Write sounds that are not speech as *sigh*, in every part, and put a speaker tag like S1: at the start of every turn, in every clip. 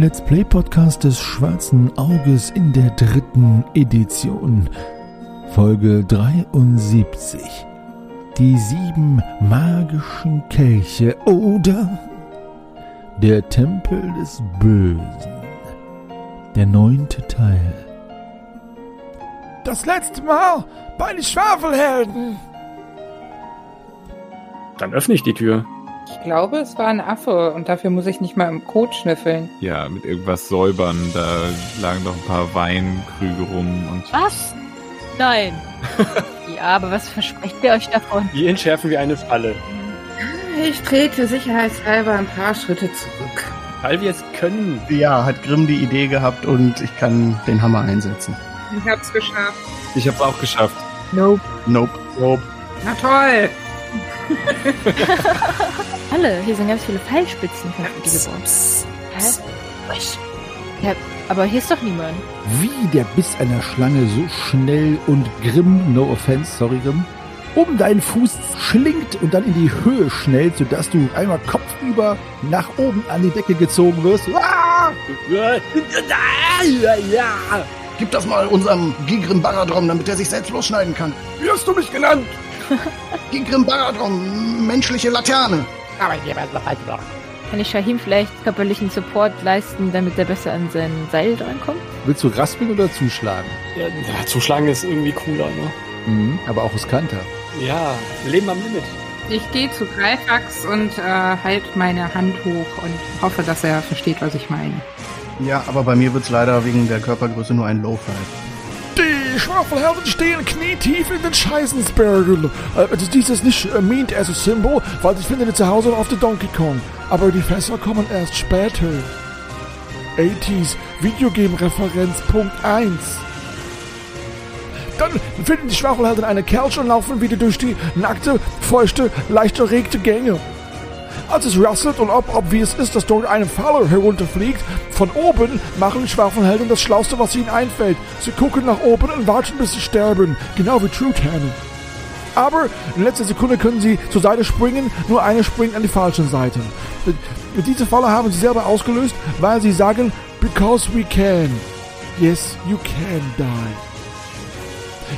S1: Let's Play Podcast des Schwarzen Auges in der dritten Edition. Folge 73. Die sieben magischen Kelche oder der Tempel des Bösen. Der neunte Teil.
S2: Das letzte Mal bei den Schwafelhelden.
S3: Dann öffne ich die Tür.
S4: Ich glaube, es war ein Affe und dafür muss ich nicht mal im Kot schnüffeln.
S5: Ja, mit irgendwas säubern. Da lagen noch ein paar Weinkrüge rum und
S6: Was? Nein. ja, aber was versprecht ihr euch davon?
S3: Wie entschärfen wir eine Falle?
S7: Ich trete sicherheitshalber ein paar Schritte zurück.
S3: Weil wir es können.
S8: Ja, hat Grimm die Idee gehabt und ich kann den Hammer einsetzen.
S4: Ich hab's geschafft.
S5: ich hab's auch geschafft.
S6: Nope.
S8: Nope. Nope.
S7: Na toll!
S6: Alle, hier sind ganz viele Pfeilspitzen geworden. Hä? Ja, aber hier ist doch niemand.
S1: Wie der Biss einer Schlange so schnell und grimm, no offense, sorry Grimm, um deinen Fuß schlingt und dann in die Höhe schnellt, sodass du einmal kopfüber nach oben an die Decke gezogen wirst. Ah!
S8: Gib das mal unserem Gigrim Baradrom, damit er sich selbst losschneiden kann.
S2: Wie hast du mich genannt?
S8: Gigrim Baradrom, menschliche Laterne.
S6: Kann ich Shahim vielleicht körperlichen Support leisten, damit er besser an sein Seil drankommt?
S1: Willst du raspeln oder zuschlagen?
S3: Ja, ja, zuschlagen ist irgendwie cooler, ne?
S1: Mhm, aber auch riskanter.
S3: Ja, wir leben am Limit.
S4: Ich gehe zu Greifax und äh, halt meine Hand hoch und hoffe, dass er versteht, was ich meine.
S8: Ja, aber bei mir wird's leider wegen der Körpergröße nur ein Low-Fall.
S2: Die Schwafelhelden stehen knietief in den Scheißensbergen. Äh, das- dies ist nicht äh, meint as a Symbol, weil ich finde zu Hause auf der Donkey Kong. Aber die Fässer kommen erst später. 80s Videogame-Referenz Punkt 1. Dann finden die Schwafelhelden eine Couch und laufen wieder durch die nackte, feuchte, leicht erregte Gänge. Als es rasselt und ob, ob wie es ist, dass dort eine Falle herunterfliegt, von oben machen die Schwafelhelden das Schlauste, was ihnen einfällt. Sie gucken nach oben und warten, bis sie sterben. Genau wie True Cannon. Aber in letzter Sekunde können sie zur Seite springen, nur einer springt an die falschen Seiten. Äh, Diese Falle haben sie selber ausgelöst, weil sie sagen, because we can. Yes, you can die.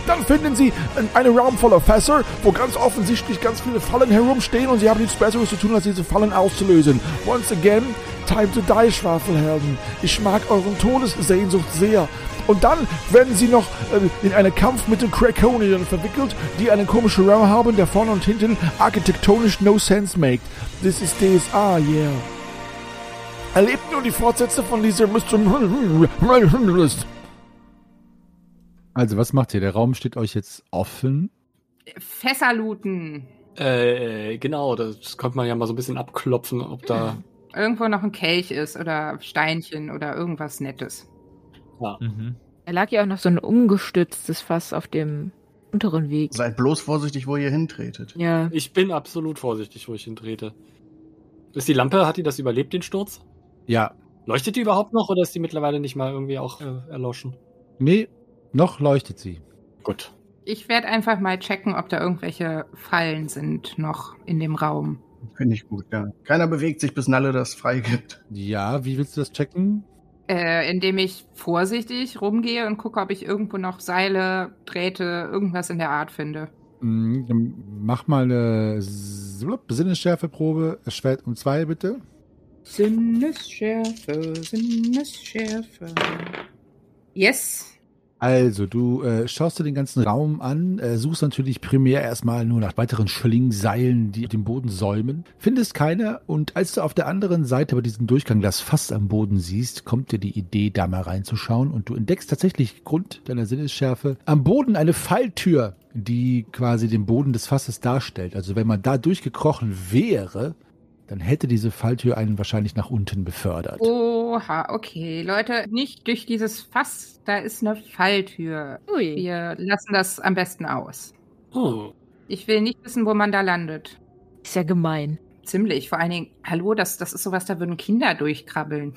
S2: Dann finden sie einen Raum voller Fässer, wo ganz offensichtlich ganz viele Fallen herumstehen und sie haben nichts Besseres zu tun, als diese Fallen auszulösen. Once again, time to die, Schwafelhelden. Ich mag euren Todessehnsucht sehr. Und dann werden sie noch äh, in einen Kampf mit den Krakoniern verwickelt, die einen komischen Raum haben, der vorne und hinten architektonisch no sense macht. This is DSA, yeah. Erlebt nur die Fortsätze von dieser Mr.
S1: Also was macht ihr? Der Raum steht euch jetzt offen.
S4: Fässer looten.
S3: Äh, genau, das könnte man ja mal so ein bisschen abklopfen, ob da.
S4: Irgendwo noch ein Kelch ist oder Steinchen oder irgendwas Nettes.
S6: Da lag ja auch noch so ein umgestütztes Fass auf dem unteren Weg.
S8: Seid bloß vorsichtig, wo ihr hintretet.
S6: Ja.
S3: Ich bin absolut vorsichtig, wo ich hintrete. Ist die Lampe, hat die das überlebt, den Sturz?
S1: Ja.
S3: Leuchtet die überhaupt noch oder ist die mittlerweile nicht mal irgendwie auch äh, erloschen?
S1: Nee, noch leuchtet sie.
S3: Gut.
S4: Ich werde einfach mal checken, ob da irgendwelche Fallen sind noch in dem Raum.
S8: Finde ich gut, ja. Keiner bewegt sich, bis Nalle das freigibt.
S1: Ja, wie willst du das checken?
S4: Äh, indem ich vorsichtig rumgehe und gucke, ob ich irgendwo noch Seile, Drähte, irgendwas in der Art finde.
S1: Mhm, dann mach mal eine Slup- Sinnesschärfeprobe. Schwert um zwei, bitte.
S4: Sinnesschärfe, Sinnesschärfe. Yes.
S1: Also, du äh, schaust dir den ganzen Raum an, äh, suchst natürlich primär erstmal nur nach weiteren Schlingseilen, die den Boden säumen. Findest keine und als du auf der anderen Seite bei diesem Durchgang das Fass am Boden siehst, kommt dir die Idee, da mal reinzuschauen und du entdeckst tatsächlich Grund deiner Sinnesschärfe am Boden eine Falltür, die quasi den Boden des Fasses darstellt. Also, wenn man da durchgekrochen wäre, dann hätte diese Falltür einen wahrscheinlich nach unten befördert.
S4: Oh. Oha, okay. Leute, nicht durch dieses Fass, da ist eine Falltür.
S6: Ui.
S4: Wir lassen das am besten aus.
S3: Oh.
S4: Ich will nicht wissen, wo man da landet.
S6: Ist ja gemein.
S4: Ziemlich. Vor allen Dingen, hallo, das, das ist sowas, da würden Kinder durchkrabbeln.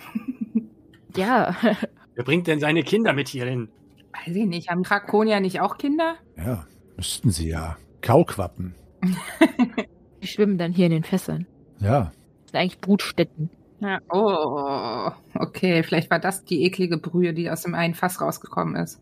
S6: Ja. *laughs*
S3: Wer bringt denn seine Kinder mit hier hin?
S4: Weiß ich nicht. Haben Drakonier nicht auch Kinder?
S1: Ja, müssten sie ja. Kauquappen.
S6: Die schwimmen dann hier in den Fässern.
S1: Ja.
S6: Das sind eigentlich Brutstätten.
S4: Ja. Oh, okay. Vielleicht war das die eklige Brühe, die aus dem einen Fass rausgekommen ist.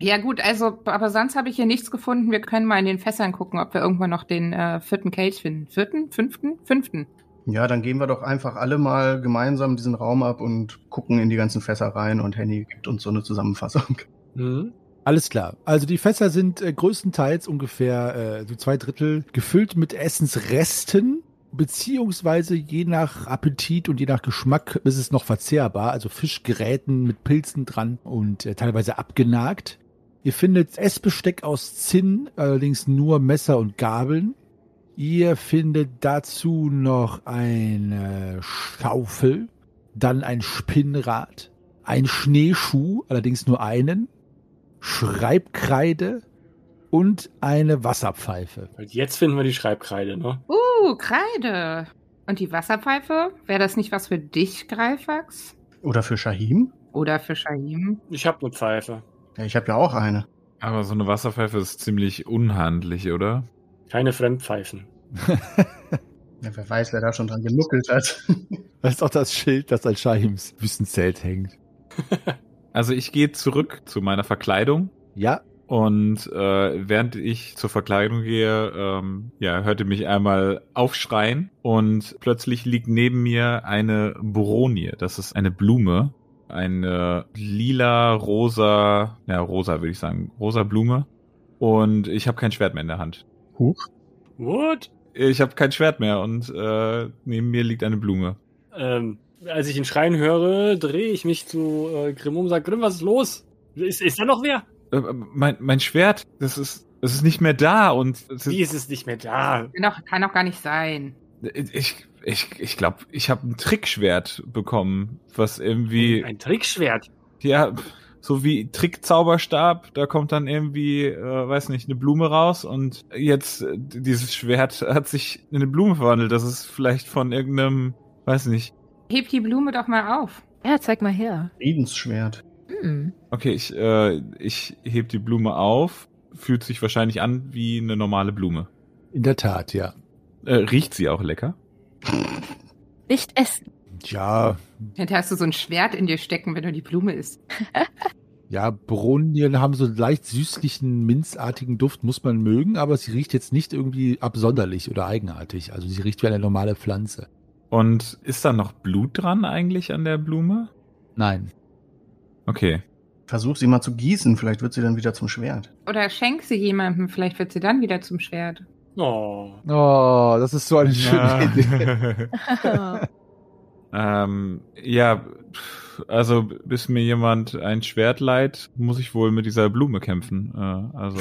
S4: Ja gut, also, aber sonst habe ich hier nichts gefunden. Wir können mal in den Fässern gucken, ob wir irgendwann noch den äh, vierten Kelch finden. Vierten? Fünften? Fünften.
S8: Ja, dann gehen wir doch einfach alle mal gemeinsam diesen Raum ab und gucken in die ganzen Fässer rein und Henny gibt uns so eine Zusammenfassung.
S3: Mhm.
S1: Alles klar. Also die Fässer sind äh, größtenteils ungefähr äh, so zwei Drittel gefüllt mit Essensresten, beziehungsweise je nach Appetit und je nach Geschmack ist es noch verzehrbar. Also Fischgeräten mit Pilzen dran und äh, teilweise abgenagt. Ihr findet Essbesteck aus Zinn, allerdings nur Messer und Gabeln. Ihr findet dazu noch eine Schaufel, dann ein Spinnrad, ein Schneeschuh, allerdings nur einen, Schreibkreide und eine Wasserpfeife.
S3: Weil Jetzt finden wir die Schreibkreide, ne?
S4: Uh, Kreide. Und die Wasserpfeife? Wäre das nicht was für dich, Greifax?
S8: Oder für Shahim?
S4: Oder für Shahim?
S3: Ich habe eine Pfeife.
S8: Ja, ich habe ja auch eine.
S5: Aber so eine Wasserpfeife ist ziemlich unhandlich, oder?
S3: Keine Fremdpfeifen.
S8: Ja, wer weiß, wer da schon dran genuckelt hat. *laughs*
S1: Das ist auch das Schild, das an Shahims Wüstenzelt hängt.
S5: Also ich gehe zurück zu meiner Verkleidung
S1: Ja,
S5: und äh, während ich zur Verkleidung gehe, ähm, ja, hörte mich einmal aufschreien und plötzlich liegt neben mir eine Boronie. Das ist eine Blume, eine lila, rosa, ja, rosa würde ich sagen, rosa Blume. Und ich habe kein Schwert mehr in der Hand.
S3: What?
S5: Ich habe kein Schwert mehr und äh, neben mir liegt eine Blume.
S3: Ähm, als ich ihn schreien höre, drehe ich mich zu äh, Grimm um und sage, Grimm, was ist los? Ist, ist da noch wer?
S5: Äh, mein, mein Schwert, das ist, das ist nicht mehr da und es ist-
S3: Wie ist es nicht mehr da?
S4: Kann doch- Kann auch gar nicht sein.
S5: Ich ich, ich glaube, ich habe ein Trickschwert bekommen, was irgendwie
S3: Ein Trickschwert.
S5: ja so wie Trickzauberstab, da kommt dann irgendwie, äh, weiß nicht, eine Blume raus und jetzt äh, dieses Schwert *laughs* hat sich in eine Blume verwandelt. Das ist vielleicht von irgendeinem, weiß nicht.
S4: Heb die Blume doch mal auf.
S6: Ja, zeig mal her.
S8: Friedensschwert.
S6: Hm.
S5: Okay, ich äh, ich heb die Blume auf, fühlt sich wahrscheinlich an wie eine normale Blume.
S1: in der Tat, ja.
S5: Äh, riecht sie auch lecker?
S6: Nicht essen. *laughs*
S1: Ja,
S4: Hinterher hast du so ein Schwert in dir stecken, wenn du die Blume isst.
S1: ja, Bronien haben so einen leicht süßlichen, minzartigen Duft, muss man mögen, aber sie riecht jetzt nicht irgendwie absonderlich oder eigenartig. Also sie riecht wie eine normale Pflanze.
S5: Und ist da noch Blut dran eigentlich an der Blume?
S1: Nein.
S5: Okay.
S8: Versuch sie mal zu gießen, vielleicht wird sie dann wieder zum Schwert.
S4: Oder schenk sie jemandem, vielleicht wird sie dann wieder zum Schwert.
S3: Oh.
S1: Oh, das ist so eine schöne Idee.
S5: Ja. ähm, ja, pf, also bis mir jemand ein Schwert leiht, muss ich wohl mit dieser Blume kämpfen. Äh,
S1: *laughs*
S5: also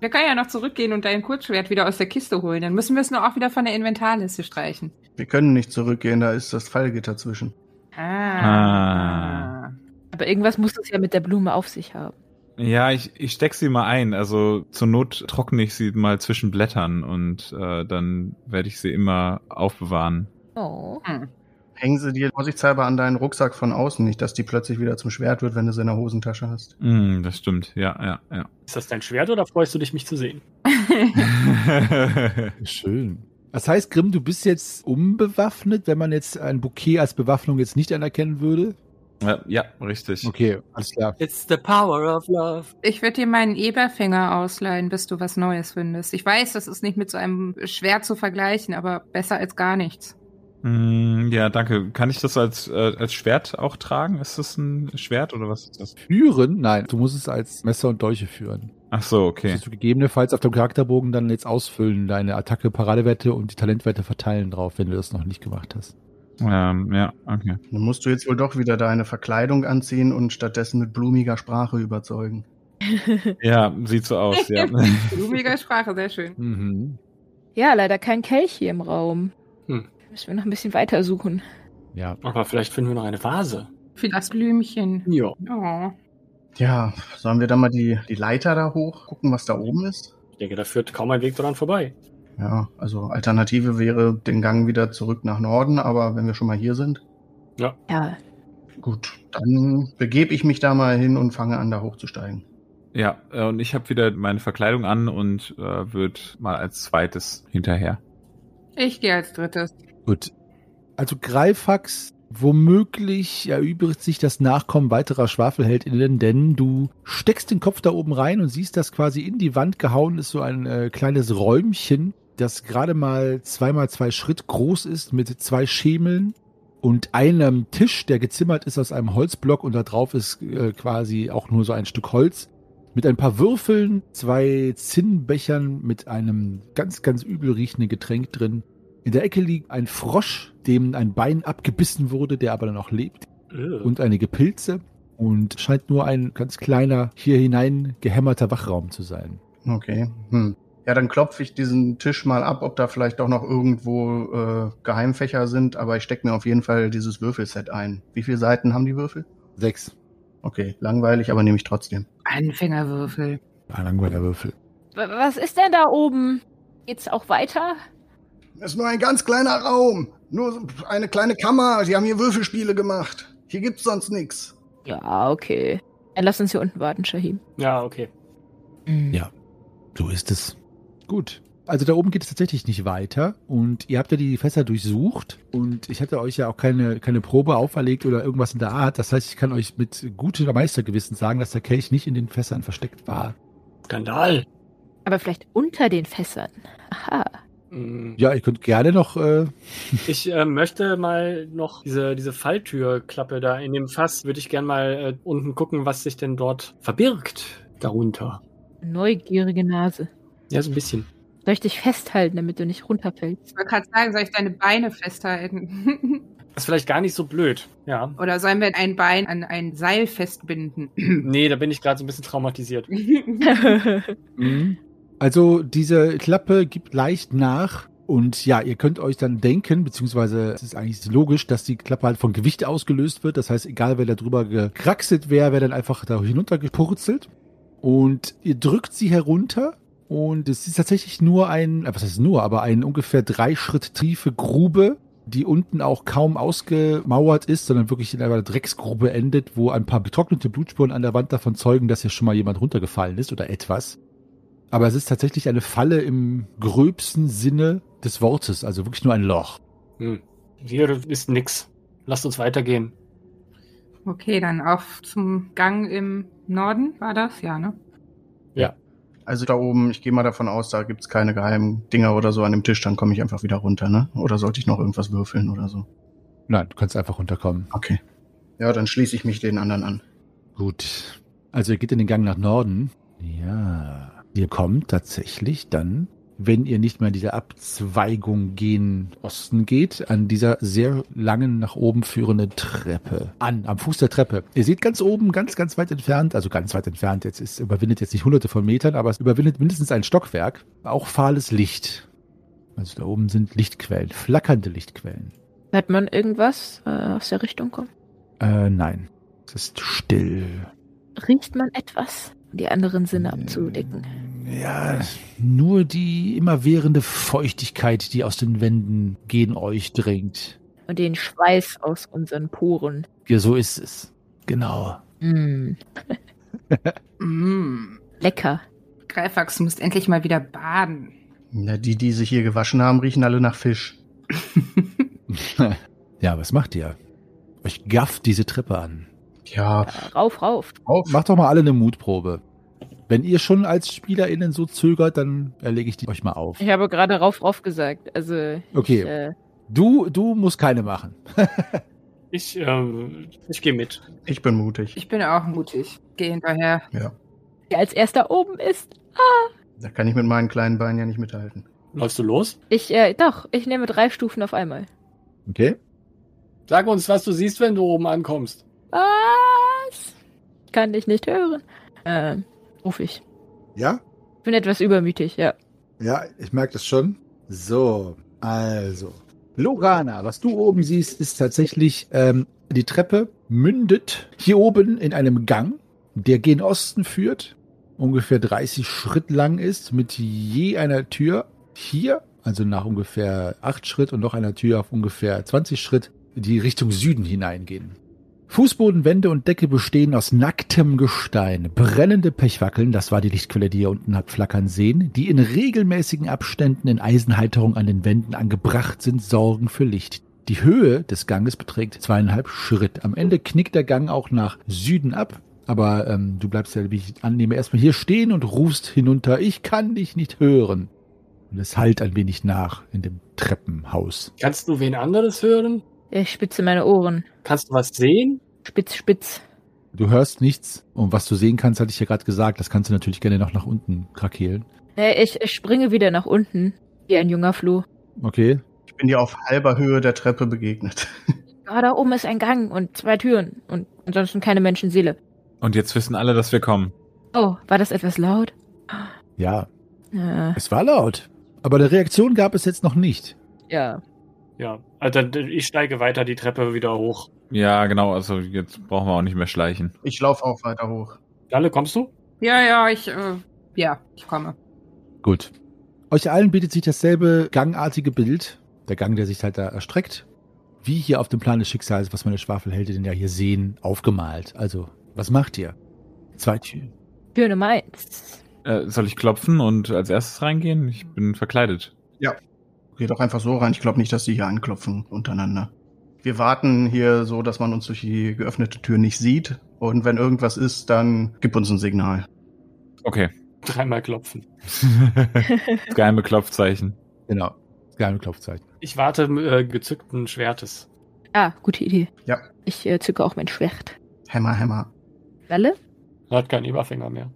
S4: Wir können ja noch zurückgehen und dein Kurzschwert wieder aus der Kiste holen. Dann müssen wir es nur auch wieder von der Inventarliste streichen.
S8: Wir können nicht zurückgehen, da ist das Fallgitter zwischen.
S5: Ah.
S6: Aber irgendwas muss es ja mit der Blume auf sich haben.
S5: ja, ich, ich steck sie mal ein. Also zur Not trockne ich sie mal zwischen Blättern und äh, dann werde ich sie immer aufbewahren.
S6: Oh.
S4: Hm.
S8: Häng sie dir vorsichtshalber an deinen Rucksack von außen, nicht, dass die plötzlich wieder zum Schwert wird, wenn du sie in der Hosentasche hast.
S5: Mm, das stimmt. Ja, ja, ja.
S3: Ist das dein Schwert oder freust du dich, mich zu sehen?
S1: *laughs* *laughs* Schön. Das heißt, Grimm, du bist jetzt unbewaffnet, wenn man jetzt ein Bouquet als Bewaffnung jetzt nicht anerkennen würde?
S5: ja, ja, richtig.
S1: Okay, alles klar.
S3: It's the power of love.
S4: Ich würde dir meinen Eberfinger ausleihen, bis du was Neues findest. Ich weiß, das ist nicht mit so einem Schwert zu vergleichen, aber besser als gar nichts.
S5: Mm, ja, danke. Kann ich das als, äh, als Schwert auch tragen? Ist das ein Schwert oder was ist das?
S1: Führen? Nein, du musst es als Messer und Dolche führen.
S5: Ach so,
S1: Okay.
S5: okay.
S1: Musst du gegebenenfalls auf dem Charakterbogen dann jetzt ausfüllen, deine Attacke, Paradewerte und die Talentwerte verteilen drauf, wenn du das noch nicht gemacht hast.
S5: Ähm, ja, okay.
S8: Dann musst du jetzt wohl doch wieder deine Verkleidung anziehen und stattdessen mit blumiger Sprache überzeugen.
S5: Ja, sieht so aus, ja.
S4: *laughs* Blumiger Sprache, sehr schön.
S1: Mhm.
S6: Ja, leider kein Kelch hier im Raum.
S3: Hm.
S6: Müssen wir noch ein bisschen weitersuchen.
S1: Ja.
S3: Aber vielleicht finden wir noch eine Vase.
S4: Für das Blümchen.
S3: Ja.
S4: Oh.
S8: Ja, sollen wir dann mal die, die Leiter da hoch gucken, was da oben ist?
S3: Ich denke, da führt kaum ein Weg dran vorbei.
S8: Ja, also Alternative wäre den Gang wieder zurück nach Norden, aber wenn wir schon mal hier sind,
S6: Ja.
S8: gut, dann begebe ich mich da mal hin und fange an, da hochzusteigen.
S5: ja, äh, und ich habe wieder meine Verkleidung an und äh, wird mal als zweites hinterher.
S4: Ich gehe als drittes.
S1: Gut. Also Greifax, womöglich erübrigt sich das Nachkommen weiterer Schwafelheldinnen, denn du steckst den Kopf da oben rein und siehst, dass quasi in die Wand gehauen ist so ein äh, kleines Räumchen, das gerade mal zweimal zwei Schritt groß ist mit zwei Schemeln und einem Tisch, der gezimmert ist aus einem Holzblock und da drauf ist äh, quasi auch nur so ein Stück Holz mit ein paar Würfeln, zwei Zinnbechern mit einem ganz, ganz übel riechenden Getränk drin. In der Ecke liegt ein Frosch, dem ein Bein abgebissen wurde, der aber noch lebt, und einige Pilze und scheint nur ein ganz kleiner, hier hinein gehämmerter Wachraum zu sein.
S8: Okay. Hm. Ja, dann klopfe ich diesen Tisch mal ab, ob da vielleicht doch noch irgendwo äh, Geheimfächer sind, aber ich stecke mir auf jeden Fall dieses Würfelset ein. Wie viele Seiten haben die Würfel?
S1: Sechs.
S8: Okay, langweilig, aber nehme ich trotzdem.
S4: Anfängerwürfel.
S1: Ein langweiliger Würfel.
S6: W- Was ist denn da oben? Geht's auch weiter?
S8: Das ist nur ein ganz kleiner Raum. Nur eine kleine Kammer. Sie haben hier Würfelspiele gemacht. Hier gibt's sonst nichts.
S6: Ja, okay. Dann lass uns hier unten warten, Shahim.
S3: Ja, okay.
S4: Mhm.
S1: Ja. So ist es. Gut. Also da oben geht es tatsächlich nicht weiter und ihr habt ja die Fässer durchsucht und ich hatte euch ja auch keine, keine Probe auferlegt oder irgendwas in der Art. Das heißt, ich kann euch mit gutem Meistergewissen sagen, dass der Kelch nicht in den Fässern versteckt war.
S3: Skandal.
S6: Aber vielleicht unter den Fässern. Aha.
S3: Mhm.
S1: Ja, ihr könnt gerne noch, äh,
S3: Ich äh, möchte mal noch diese, diese Falltürklappe da in dem Fass, würde ich gern mal äh, unten gucken, was sich denn dort verbirgt darunter.
S6: Neugierige Nase.
S3: Ja, so ein bisschen.
S6: Soll ich dich festhalten, damit du nicht runterfällst? *laughs*
S4: Ich wollte gerade sagen, soll ich deine Beine festhalten? *laughs*
S3: Ist vielleicht gar nicht so blöd. Ja.
S4: Oder sollen wir ein Bein an ein Seil festbinden?
S3: Nee, da bin ich gerade so ein bisschen traumatisiert.
S1: also diese Klappe gibt leicht nach und ja, ihr könnt euch dann denken, beziehungsweise es ist eigentlich logisch, dass die Klappe halt von Gewicht ausgelöst wird. Das heißt, egal wer da drüber gekraxelt wäre, wäre dann einfach da hinuntergepurzelt und ihr drückt sie herunter und es ist tatsächlich nur ein, äh, was heißt nur, aber ein ungefähr drei Schritt tiefe Grube, die unten auch kaum ausgemauert ist, sondern wirklich in einer Drecksgrube endet, wo ein paar getrocknete Blutspuren an der Wand davon zeugen, dass hier schon mal jemand runtergefallen ist oder etwas. Aber es ist tatsächlich eine Falle im gröbsten Sinne des Wortes, also wirklich nur ein Loch.
S3: Hm. Hier ist nix. Lasst uns weitergehen.
S4: Okay, dann auf zum Gang im Norden war das, ja, ne?
S8: Also da oben, ich gehe mal davon aus, da gibt's keine geheimen Dinger oder so an dem Tisch, dann komme ich einfach wieder runter, ne? Oder sollte ich noch irgendwas würfeln oder so?
S1: Nein, du kannst einfach runterkommen.
S8: Okay. Ja, dann schließe ich mich den anderen an.
S1: Gut. Also ihr geht in den Gang nach Norden. Ja. Ihr kommt tatsächlich dann, wenn ihr nicht mehr in diese Abzweigung gen Osten geht, an dieser sehr langen nach oben führenden Treppe an, am Fuß der Treppe. Ihr seht ganz oben, ganz, ganz weit entfernt, also ganz weit entfernt, jetzt ist, überwindet jetzt nicht hunderte von Metern, aber es überwindet mindestens ein Stockwerk, auch fahles Licht. Also da oben sind Lichtquellen, flackernde Lichtquellen.
S6: Hört man irgendwas äh, aus der Richtung kommen?
S1: Äh, nein. Es ist still.
S6: Riecht man etwas, um die anderen Sinne
S1: Hm.
S6: abzudecken?
S1: Ja, nur die immerwährende Feuchtigkeit, die aus den Wänden gegen euch dringt.
S6: Und den Schweiß aus unseren Poren.
S1: Ja, so ist es. Genau.
S6: Mm,
S4: Mm.
S6: lecker.
S4: Greifax, du musst endlich mal wieder baden.
S8: Na, die, die sich hier gewaschen haben, riechen alle nach Fisch.
S1: Ja, was macht ihr? Euch gafft diese Treppe an.
S8: Ja,
S6: Rauf, rauf.
S8: auf.
S1: Macht doch mal alle eine Mutprobe. Wenn ihr schon als SpielerInnen so zögert, dann erlege ich die euch mal auf.
S6: Ich habe gerade rauf, rauf gesagt. Also,
S1: Okay.
S6: ich, äh,
S1: Du, du musst keine machen.
S3: Ich, ähm, ich gehe mit.
S8: Ich bin mutig.
S4: Ich bin auch mutig. Geh hinterher.
S6: der als erster oben ist.
S8: Da kann ich mit meinen kleinen Beinen ja nicht mithalten.
S3: Läufst du los?
S6: Ich, äh, doch, ich nehme drei Stufen auf einmal.
S1: Okay.
S3: Sag uns, was du siehst, wenn du oben ankommst.
S6: Was? Kann dich nicht hören. Ähm, ruf ich.
S1: Ja?
S6: Bin etwas übermütig, ja.
S1: Ja, ich merke das schon. So, also. Lorana, was du oben siehst, ist tatsächlich ähm, die Treppe mündet hier oben in einem Gang, der gen Osten führt, ungefähr 30 Schritt lang ist, mit je einer Tür hier, also nach ungefähr 8 Schritt und noch einer Tür auf ungefähr 20 Schritt, die Richtung Süden hineingehen. Fußboden, Wände und Decke bestehen aus nacktem Gestein. Brennende Pechwackeln, das war die Lichtquelle, die ihr unten habt flackern sehen, die in regelmäßigen Abständen in Eisenhalterung an den Wänden angebracht sind, sorgen für Licht. Die Höhe des Ganges beträgt zweieinhalb Schritt. Am Ende knickt der Gang auch nach Süden ab. Aber ähm, du bleibst ja, wie ich annehme, erstmal hier stehen und rufst hinunter, ich kann dich nicht hören. Und es hallt ein wenig nach in dem Treppenhaus.
S3: Kannst du wen anderes hören?
S6: Ich spitze meine Ohren.
S3: Kannst du was sehen?
S6: Spitz, spitz.
S1: Du hörst nichts und was du sehen kannst, hatte ich ja gerade gesagt, das kannst du natürlich gerne noch nach unten krakeelen.
S6: Äh, Ich, ich springe wieder nach unten, wie ein junger Floh.
S1: Okay.
S8: Ich bin dir auf halber Höhe der Treppe begegnet. *laughs*
S6: Ah, da oben ist ein Gang und zwei Türen und ansonsten keine Menschenseele.
S5: Und jetzt wissen alle, dass wir kommen.
S6: Oh, war das etwas laut?
S1: Ja,
S6: Äh,
S1: es war laut. Aber eine Reaktion gab es jetzt noch nicht.
S6: ja.
S3: Ja, also ich steige weiter die Treppe wieder hoch.
S5: Ja, genau, also jetzt brauchen wir auch nicht mehr schleichen.
S8: Ich laufe auch weiter hoch.
S3: Galle, kommst du?
S4: Ja, ja, ich, äh, ja, ich komme.
S1: Gut. Euch allen bietet sich dasselbe gangartige Bild, der Gang, der sich halt da erstreckt, wie hier auf dem Plan des Schicksals, was meine Schwafelheldinnen ja hier sehen, aufgemalt. Also, was macht ihr? Zwei Türen.
S6: Tür Nummer eins.
S5: Äh, soll ich klopfen und als erstes reingehen? Ich bin verkleidet.
S8: Geh doch einfach so rein. Ich glaube nicht, dass die hier anklopfen untereinander. Wir warten hier so, dass man uns durch die geöffnete Tür nicht sieht. Und wenn irgendwas ist, dann gib uns ein Signal.
S5: Okay. *laughs*
S3: Dreimal klopfen.
S5: Das Geheime Klopfzeichen.
S1: Genau. Das geheime Klopfzeichen.
S3: Ich warte äh, gezückten Schwertes.
S6: Ah, gute Idee.
S8: Ja.
S6: Ich äh, zücke auch mein Schwert.
S8: Hammer, Hammer.
S6: Welle?
S3: Hat keinen Überfinger mehr.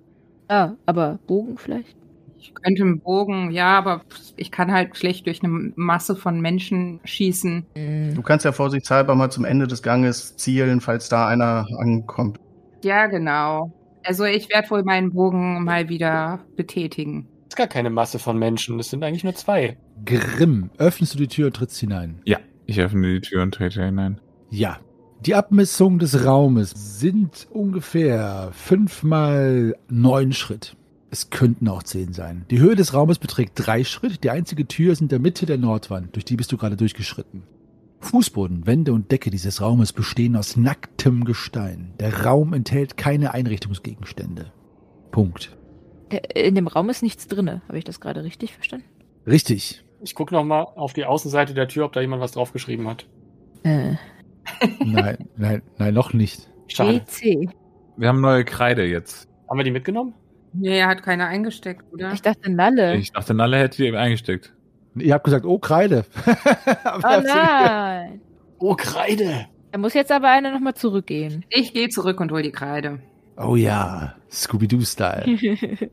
S6: Ah, aber Bogen vielleicht?
S4: Ich könnte einen Bogen, ja, aber ich kann halt schlecht durch eine Masse von Menschen schießen.
S6: Äh,
S8: Du kannst ja vorsichtshalber mal zum Ende des Ganges zielen, falls da einer ankommt.
S4: Ja, genau. Also ich werde wohl meinen Bogen mal wieder betätigen.
S3: Das ist gar keine Masse von Menschen, das sind eigentlich nur zwei.
S1: Grimm, öffnest du die Tür und trittst hinein.
S5: Ich öffne die Tür und trete hinein.
S1: Ja. Die Abmessungen des Raumes sind ungefähr fünf mal neun Schritt. Es könnten auch zehn sein. Die Höhe des Raumes beträgt drei Schritt. Die einzige Tür ist in der Mitte der Nordwand, durch die bist du gerade durchgeschritten. Fußboden, Wände und Decke dieses Raumes bestehen aus nacktem Gestein. Der Raum enthält keine Einrichtungsgegenstände. Punkt.
S6: Äh, in dem Raum ist nichts drinne. Habe ich das gerade richtig verstanden?
S1: Richtig.
S3: Ich gucke nochmal auf die Außenseite der Tür, ob da jemand was draufgeschrieben hat.
S6: Äh,
S1: Nein, nein, nein, noch nicht.
S3: Schade.
S6: GC.
S5: Wir haben neue Kreide jetzt.
S3: Haben wir die mitgenommen?
S4: Nee, er hat keiner eingesteckt, oder?
S6: Ich dachte Nalle.
S5: Ich dachte, Nalle hätte die eben eingesteckt.
S1: Ihr habt gesagt, oh, Kreide. *laughs*
S6: oh
S1: Aber
S6: nein.
S3: Oh, Kreide!
S6: Da muss jetzt aber einer nochmal zurückgehen.
S4: Ich gehe zurück und hol die Kreide.
S1: oh ja,
S6: *laughs*
S1: Scooby-Doo-Style.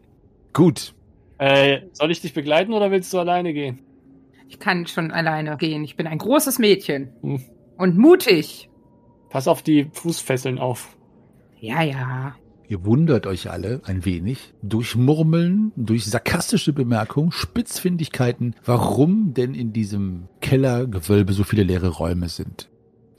S1: Gut,
S3: Äh, soll ich dich begleiten oder willst du alleine gehen?
S4: Ich kann schon alleine gehen. Ich bin ein großes Mädchen.
S3: Hm.
S4: Und mutig.
S3: Pass auf die Fußfesseln auf.
S4: Ja, ja.
S1: Ihr wundert euch alle ein wenig durch Murmeln, durch sarkastische Bemerkungen, Spitzfindigkeiten, warum denn in diesem Kellergewölbe so viele leere Räume sind.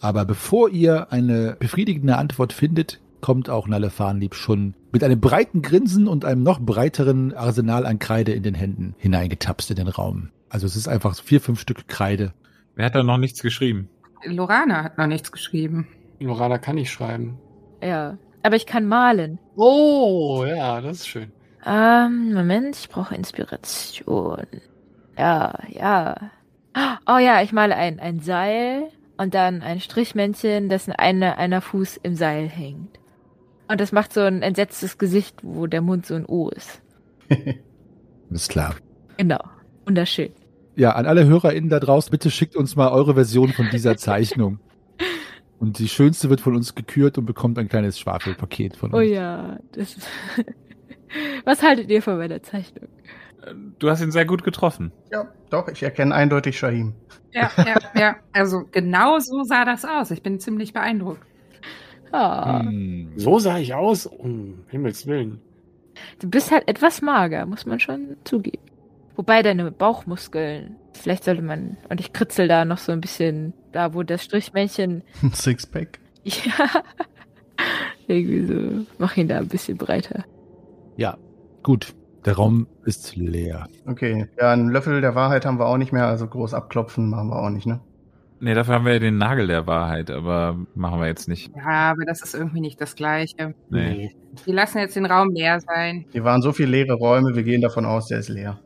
S1: Aber bevor ihr eine befriedigende Antwort findet, kommt auch Nalle Farnlieb schon mit einem breiten Grinsen und einem noch breiteren Arsenal an Kreide in den Händen hineingetapst in den Raum. Also es ist einfach vier, fünf Stück Kreide.
S5: Wer hat da noch nichts geschrieben?
S4: Lorana hat noch nichts geschrieben.
S3: Lorana kann nicht schreiben.
S6: Ja. Aber ich kann malen.
S3: Oh, ja, das ist schön.
S6: Ähm, Moment, ich brauche Inspiration. Ja, ja. Oh ja, ich male ein, ein Seil und dann ein Strichmännchen, dessen eine, einer Fuß im Seil hängt. Und das macht so ein entsetztes Gesicht, wo der Mund so ein O ist.
S1: Ist klar.
S6: Genau. Wunderschön.
S1: Ja, an alle HörerInnen da draußen, bitte schickt uns mal eure Version von dieser Zeichnung. Und die schönste wird von uns gekürt und bekommt ein kleines Schwafelpaket von uns.
S6: Oh *laughs* ja, das ist. Was haltet ihr von meiner Zeichnung?
S5: Äh, Du hast ihn sehr gut getroffen.
S8: Ja, doch, ich erkenne eindeutig Shahim.
S4: Ja, ja, ja. Also genau so sah das aus. Ich bin ziemlich beeindruckt.
S6: Ah,
S1: Hm.
S3: So sah ich aus, um Himmels Willen.
S6: Du bist halt etwas mager, muss man schon zugeben. Wobei deine Bauchmuskeln, vielleicht sollte man, und ich kritzel da noch so ein bisschen, da wo das Strichmännchen, *laughs*
S8: Sixpack.
S6: ja, irgendwie so, mach ihn da ein bisschen breiter.
S1: Ja, gut. Der Raum ist leer.
S8: Okay, ja, einen Löffel der Wahrheit haben wir auch nicht mehr, also groß abklopfen machen wir auch nicht, ne?
S5: Nee, dafür haben wir ja den Nagel der Wahrheit, aber machen wir jetzt nicht.
S4: Ja, aber das ist irgendwie nicht das Gleiche.
S5: Nee.
S4: Wir lassen jetzt den Raum leer sein.
S8: Hier waren so viele leere Räume, wir gehen davon aus, der ist leer.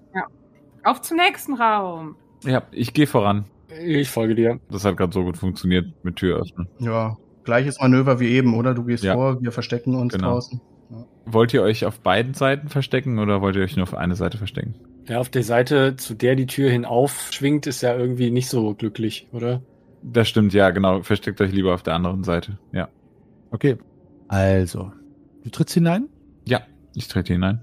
S4: Auf zum nächsten Raum.
S5: Ja, ich gehe voran.
S3: Ich folge dir.
S5: Das hat gerade so gut funktioniert mit Tür öffnen.
S8: Ja, gleiches Manöver wie eben, oder? Du gehst
S5: Ja.
S8: vor, wir verstecken uns
S5: Genau.
S8: draußen.
S5: Wollt ihr euch auf beiden Seiten verstecken oder wollt ihr euch nur auf eine Seite verstecken?
S3: Ja, auf der Seite, zu der die Tür hinaufschwingt, ist ja irgendwie nicht so glücklich, oder?
S5: Das stimmt, ja, genau. Versteckt euch lieber auf der anderen Seite. Ja.
S1: Okay. Also, du trittst hinein.
S5: Ich trete hinein.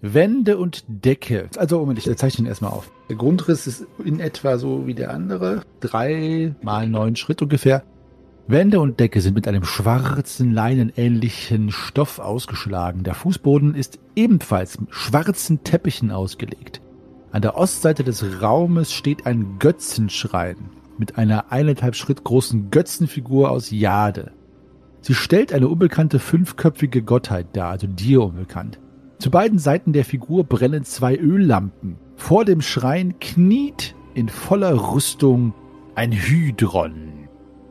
S1: Wände und Decke. Also Moment, ich zeichne ihn erstmal auf. Der Grundriss ist in etwa so wie der andere. Drei mal neun Schritt ungefähr. Wände und Decke sind mit einem schwarzen, leinenähnlichen Stoff ausgeschlagen. Der Fußboden ist ebenfalls mit schwarzen Teppichen ausgelegt. An der Ostseite des Raumes steht ein Götzenschrein mit einer eineinhalb Schritt großen Götzenfigur aus Jade. Sie stellt eine unbekannte fünfköpfige Gottheit dar, also dir unbekannt. Zu beiden Seiten der Figur brennen zwei Öllampen. Vor dem Schrein kniet in voller Rüstung ein Hydron.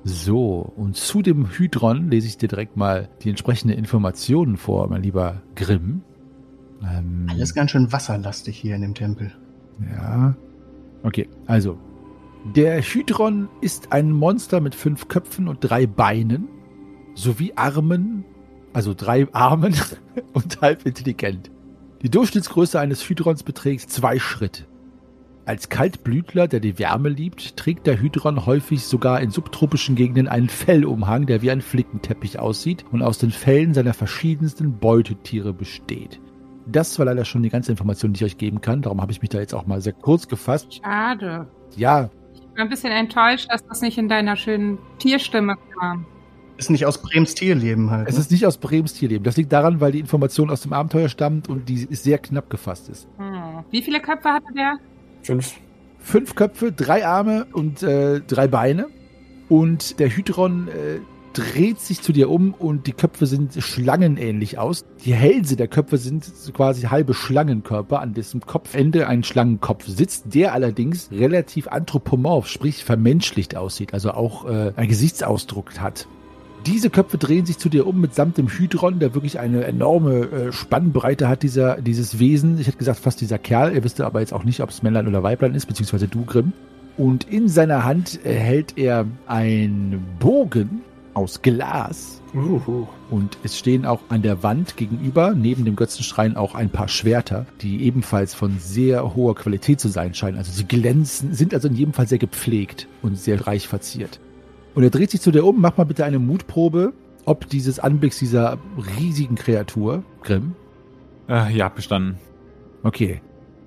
S1: So, und zu dem Hydron lese ich dir direkt mal die entsprechenden Informationen vor, mein lieber Grimm. Ähm,
S8: Alles ganz schön wasserlastig hier in dem Tempel.
S1: ja. Okay, also. Der Hydron ist ein Monster mit fünf Köpfen und drei Beinen sowie Armen, also drei Armen *laughs* und halb intelligent. Die Durchschnittsgröße eines Hydrons beträgt zwei Schritt. Als Kaltblütler, der die Wärme liebt, trägt der Hydron häufig sogar in subtropischen Gegenden einen Fellumhang, der wie ein Flickenteppich aussieht und aus den Fellen seiner verschiedensten Beutetiere besteht. Das war leider schon die ganze Information, die ich euch geben kann. Darum habe ich mich da jetzt auch mal sehr kurz gefasst.
S4: Schade.
S1: Ja,
S4: Ich bin ein bisschen enttäuscht, dass das nicht in deiner schönen Tierstimme kam.
S8: Ist nicht aus Brems Tierleben halt.
S1: es
S8: ne?
S1: ist nicht aus Brems Tierleben. Das liegt daran, weil die Information aus dem Abenteuer stammt und die sehr knapp gefasst ist.
S4: Hm. Wie viele Köpfe hatte der?
S3: Fünf.
S1: Fünf Köpfe, drei Arme und äh, drei Beine. Und der Hydron äh, dreht sich zu dir um und die Köpfe sind schlangenähnlich aus. Die Hälse der Köpfe sind so quasi halbe Schlangenkörper, an dessen Kopfende ein Schlangenkopf sitzt, der allerdings relativ anthropomorph, sprich vermenschlicht aussieht, also auch äh, einen Gesichtsausdruck hat. Diese Köpfe drehen sich zu dir um mitsamt dem Hydron, der wirklich eine enorme äh, Spannbreite hat, dieser, dieses Wesen. Ich hätte gesagt, fast dieser Kerl. Ihr wisst aber jetzt auch nicht, ob es Männlein oder Weiblein ist, beziehungsweise du, Grimm. Und in seiner Hand äh, hält er einen Bogen aus Glas.
S3: Uhu.
S1: Und es stehen auch an der Wand gegenüber, neben dem Götzenschrein, auch ein paar Schwerter, die ebenfalls von sehr hoher Qualität zu sein scheinen. Also sie glänzen, sind also in jedem Fall sehr gepflegt und sehr reich verziert. Und er dreht sich zu dir um, mach mal bitte eine Mutprobe, ob dieses Anblicks dieser riesigen Kreatur, Grimm,
S5: Äh, ja, bestanden.
S1: okay.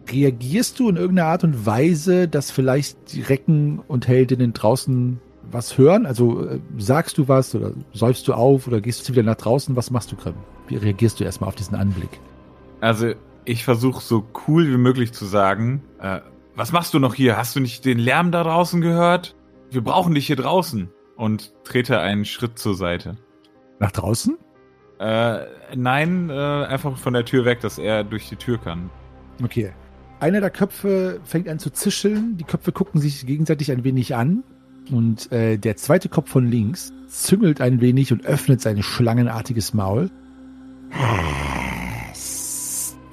S1: Reagierst du in irgendeiner Art und Weise, dass vielleicht die Recken und Heldinnen draußen was hören? Also äh, sagst du was oder säufst du auf oder gehst du wieder nach draußen? Was machst du, Grimm? Wie reagierst du erstmal auf diesen Anblick?
S5: Also, ich versuche so cool wie möglich zu sagen, äh, was machst du noch hier? Hast du nicht den Lärm da draußen gehört? Wir brauchen dich hier draußen. Und trete einen Schritt zur Seite.
S1: Nach draußen?
S5: Äh, nein, äh, einfach von der Tür weg, dass er durch die Tür kann.
S1: Okay. Einer der Köpfe fängt an zu zischeln, die Köpfe gucken sich gegenseitig ein wenig an und äh, der zweite Kopf von links züngelt ein wenig und öffnet sein schlangenartiges Maul.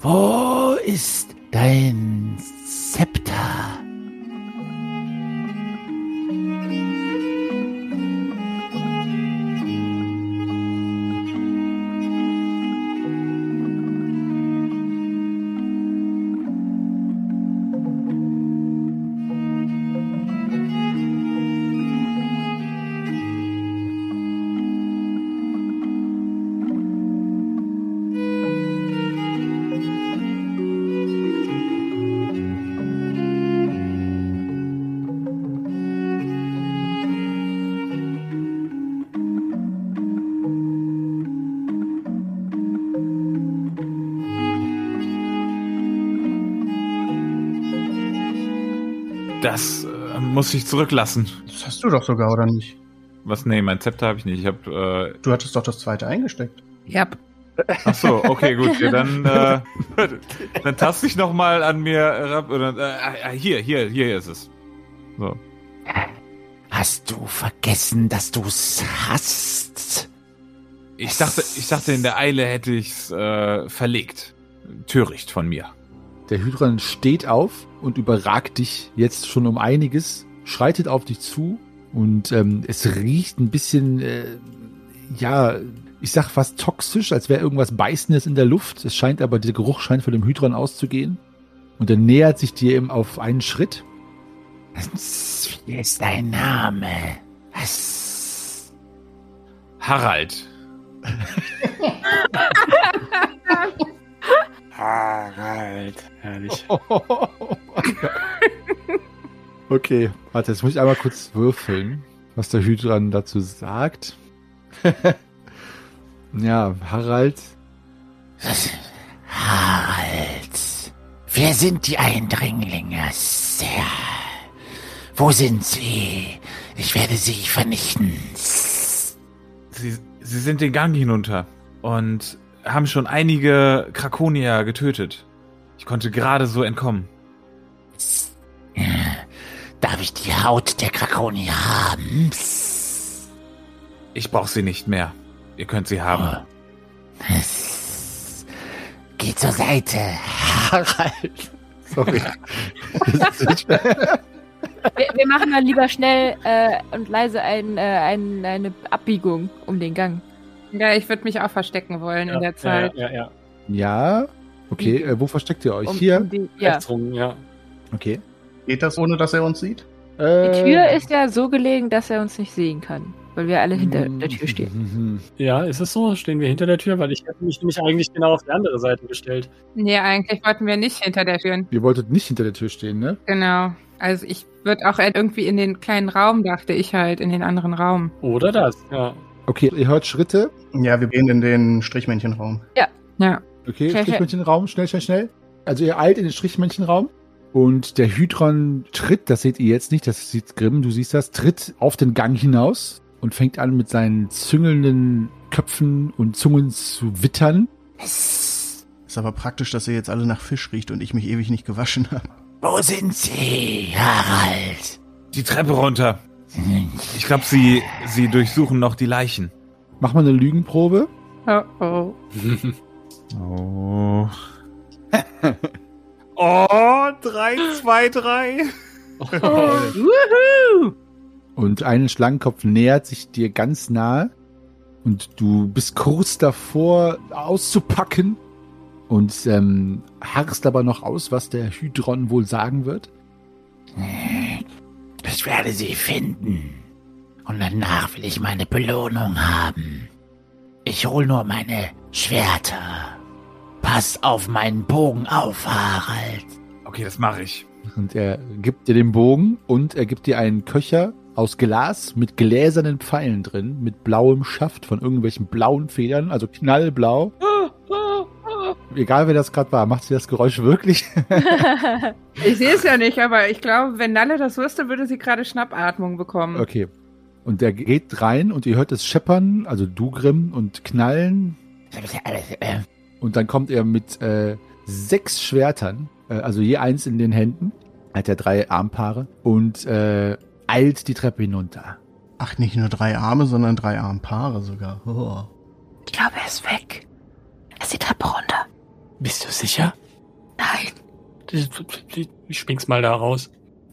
S1: Wo ist dein Zepter?
S5: Das äh, muss ich zurücklassen.
S8: Das hast du doch sogar, oder nicht?
S5: Was? Nee, mein Zepter habe ich nicht. Ich habe. Äh,
S8: Du hattest doch das zweite eingesteckt.
S4: Ja. Yep.
S5: ach so, okay, gut. Ja, dann, äh, dann taste ich noch mal ah, an mir herab. Oder, äh, äh, hier, hier, hier ist es. So.
S1: Hast du vergessen, dass du's hast?
S5: Ich dachte, ich dachte, in der Eile hätte ich's äh, verlegt. Töricht von mir.
S1: Der Hydran steht auf und überragt dich jetzt schon um einiges, schreitet auf dich zu und ähm, es riecht ein bisschen, äh, ja, ich sag fast toxisch, als wäre irgendwas Beißendes in der Luft. Es scheint aber, der Geruch scheint von dem Hydran auszugehen. Und er nähert sich dir eben auf einen Schritt. Was ist dein Name? Was?
S5: Harald.
S3: Harald. Herrlich.
S1: *laughs* Okay, warte, jetzt muss ich einmal kurz würfeln, was der Hydran dazu sagt. *laughs* ja, Harald.
S9: Harald, wir sind die Eindringlinge. Sehr. Wo sind sie? Ich werde sie vernichten.
S5: Sie, sie sind den Gang hinunter und haben schon einige Krakonier getötet. Ich konnte gerade so entkommen.
S9: Darf ich die Haut der Krakoni haben?
S5: Ich brauche sie nicht mehr. Ihr könnt sie haben.
S9: Ah. Geh zur Seite, Harald.
S1: Sorry.
S6: Wir, wir machen dann lieber schnell äh, und leise ein, äh, ein, eine Abbiegung um den Gang.
S4: Ja, ich würde mich auch verstecken
S3: Oh,
S4: wollen in der Zeit.
S3: Ja, ja, ja.
S1: ja, okay, äh, wo versteckt ihr euch?
S6: Um, Um
S1: Hier?
S6: die,
S3: ja.
S6: ja.
S3: Rechts rum, ja.
S1: Okay.
S8: Geht das, ohne dass er uns sieht?
S6: die
S1: Äh.
S6: Tür ist ja so gelegen, dass er uns nicht sehen kann, weil wir alle
S1: Ähm.
S6: hinter
S1: Mm.
S6: der Tür stehen.
S1: stehen.
S3: Ja, ist es so? Stehen wir hinter der Tür? Weil ich hätte mich nämlich eigentlich genau auf die andere Seite gestellt.
S4: Nee, eigentlich wollten wir nicht hinter der Tür.
S1: *laughs* Ihr wolltet nicht hinter der Tür stehen, ne?
S4: Genau. Also ich würde auch irgendwie in den kleinen Raum, dachte ich halt, in den anderen Raum.
S3: Oder das, ja.
S1: Okay, ihr hört Schritte.
S8: Ja, wir gehen in den Strichmännchenraum.
S4: Ja.
S1: Okay,
S6: Schnell, schnell.
S1: Strichmännchenraum, schnell, schnell, schnell. Also ihr eilt in den Strichmännchenraum und der Hydron tritt, das seht ihr jetzt nicht, das sieht Grimm, du siehst das, tritt auf den Gang hinaus und fängt an mit seinen züngelnden Köpfen und Zungen zu wittern.
S8: Ist aber praktisch, dass ihr jetzt alle nach Fisch riecht und ich mich ewig nicht gewaschen habe.
S9: Wo sind sie, Harald?
S5: Die Treppe runter. Ich glaube, sie, sie durchsuchen noch die Leichen.
S1: Mach mal eine Lügenprobe.
S4: Oh oh.
S5: Oh. oh, 3, 2, 3.
S3: Oh. *laughs*
S1: Und ein Schlangenkopf nähert sich dir ganz nahe. Und du bist kurz davor, auszupacken. Und ähm, harrst aber noch aus, was der Hydron wohl sagen wird.
S9: Ich werde sie finden. Und danach will ich meine Belohnung haben. Ich hol nur meine Schwerter. Pass auf meinen Bogen auf, Harald.
S5: Okay, das mache ich.
S1: Und er gibt dir den Bogen und er gibt dir einen Köcher aus Glas mit gläsernen Pfeilen drin, mit blauem Schaft von irgendwelchen blauen Federn, also knallblau. Egal wer das gerade war, macht sie das Geräusch wirklich? *laughs*
S4: Ich sehe es ja nicht, aber ich glaube, wenn Nalle das wüsste, würde sie gerade Schnappatmung bekommen.
S1: Okay. Und der geht rein und ihr hört es scheppern, also Dugrim und knallen. Und dann kommt er mit äh, sechs Schwertern, äh, also je eins in den Händen, hat er drei Armpaare und äh, eilt die Treppe hinunter.
S8: Ach, nicht nur drei Arme, sondern drei Armpaare sogar. Oh.
S6: Ich glaube, er ist weg. Er ist die Treppe runter.
S9: Bist du sicher?
S6: Nein,
S3: Ich spring's mal da raus.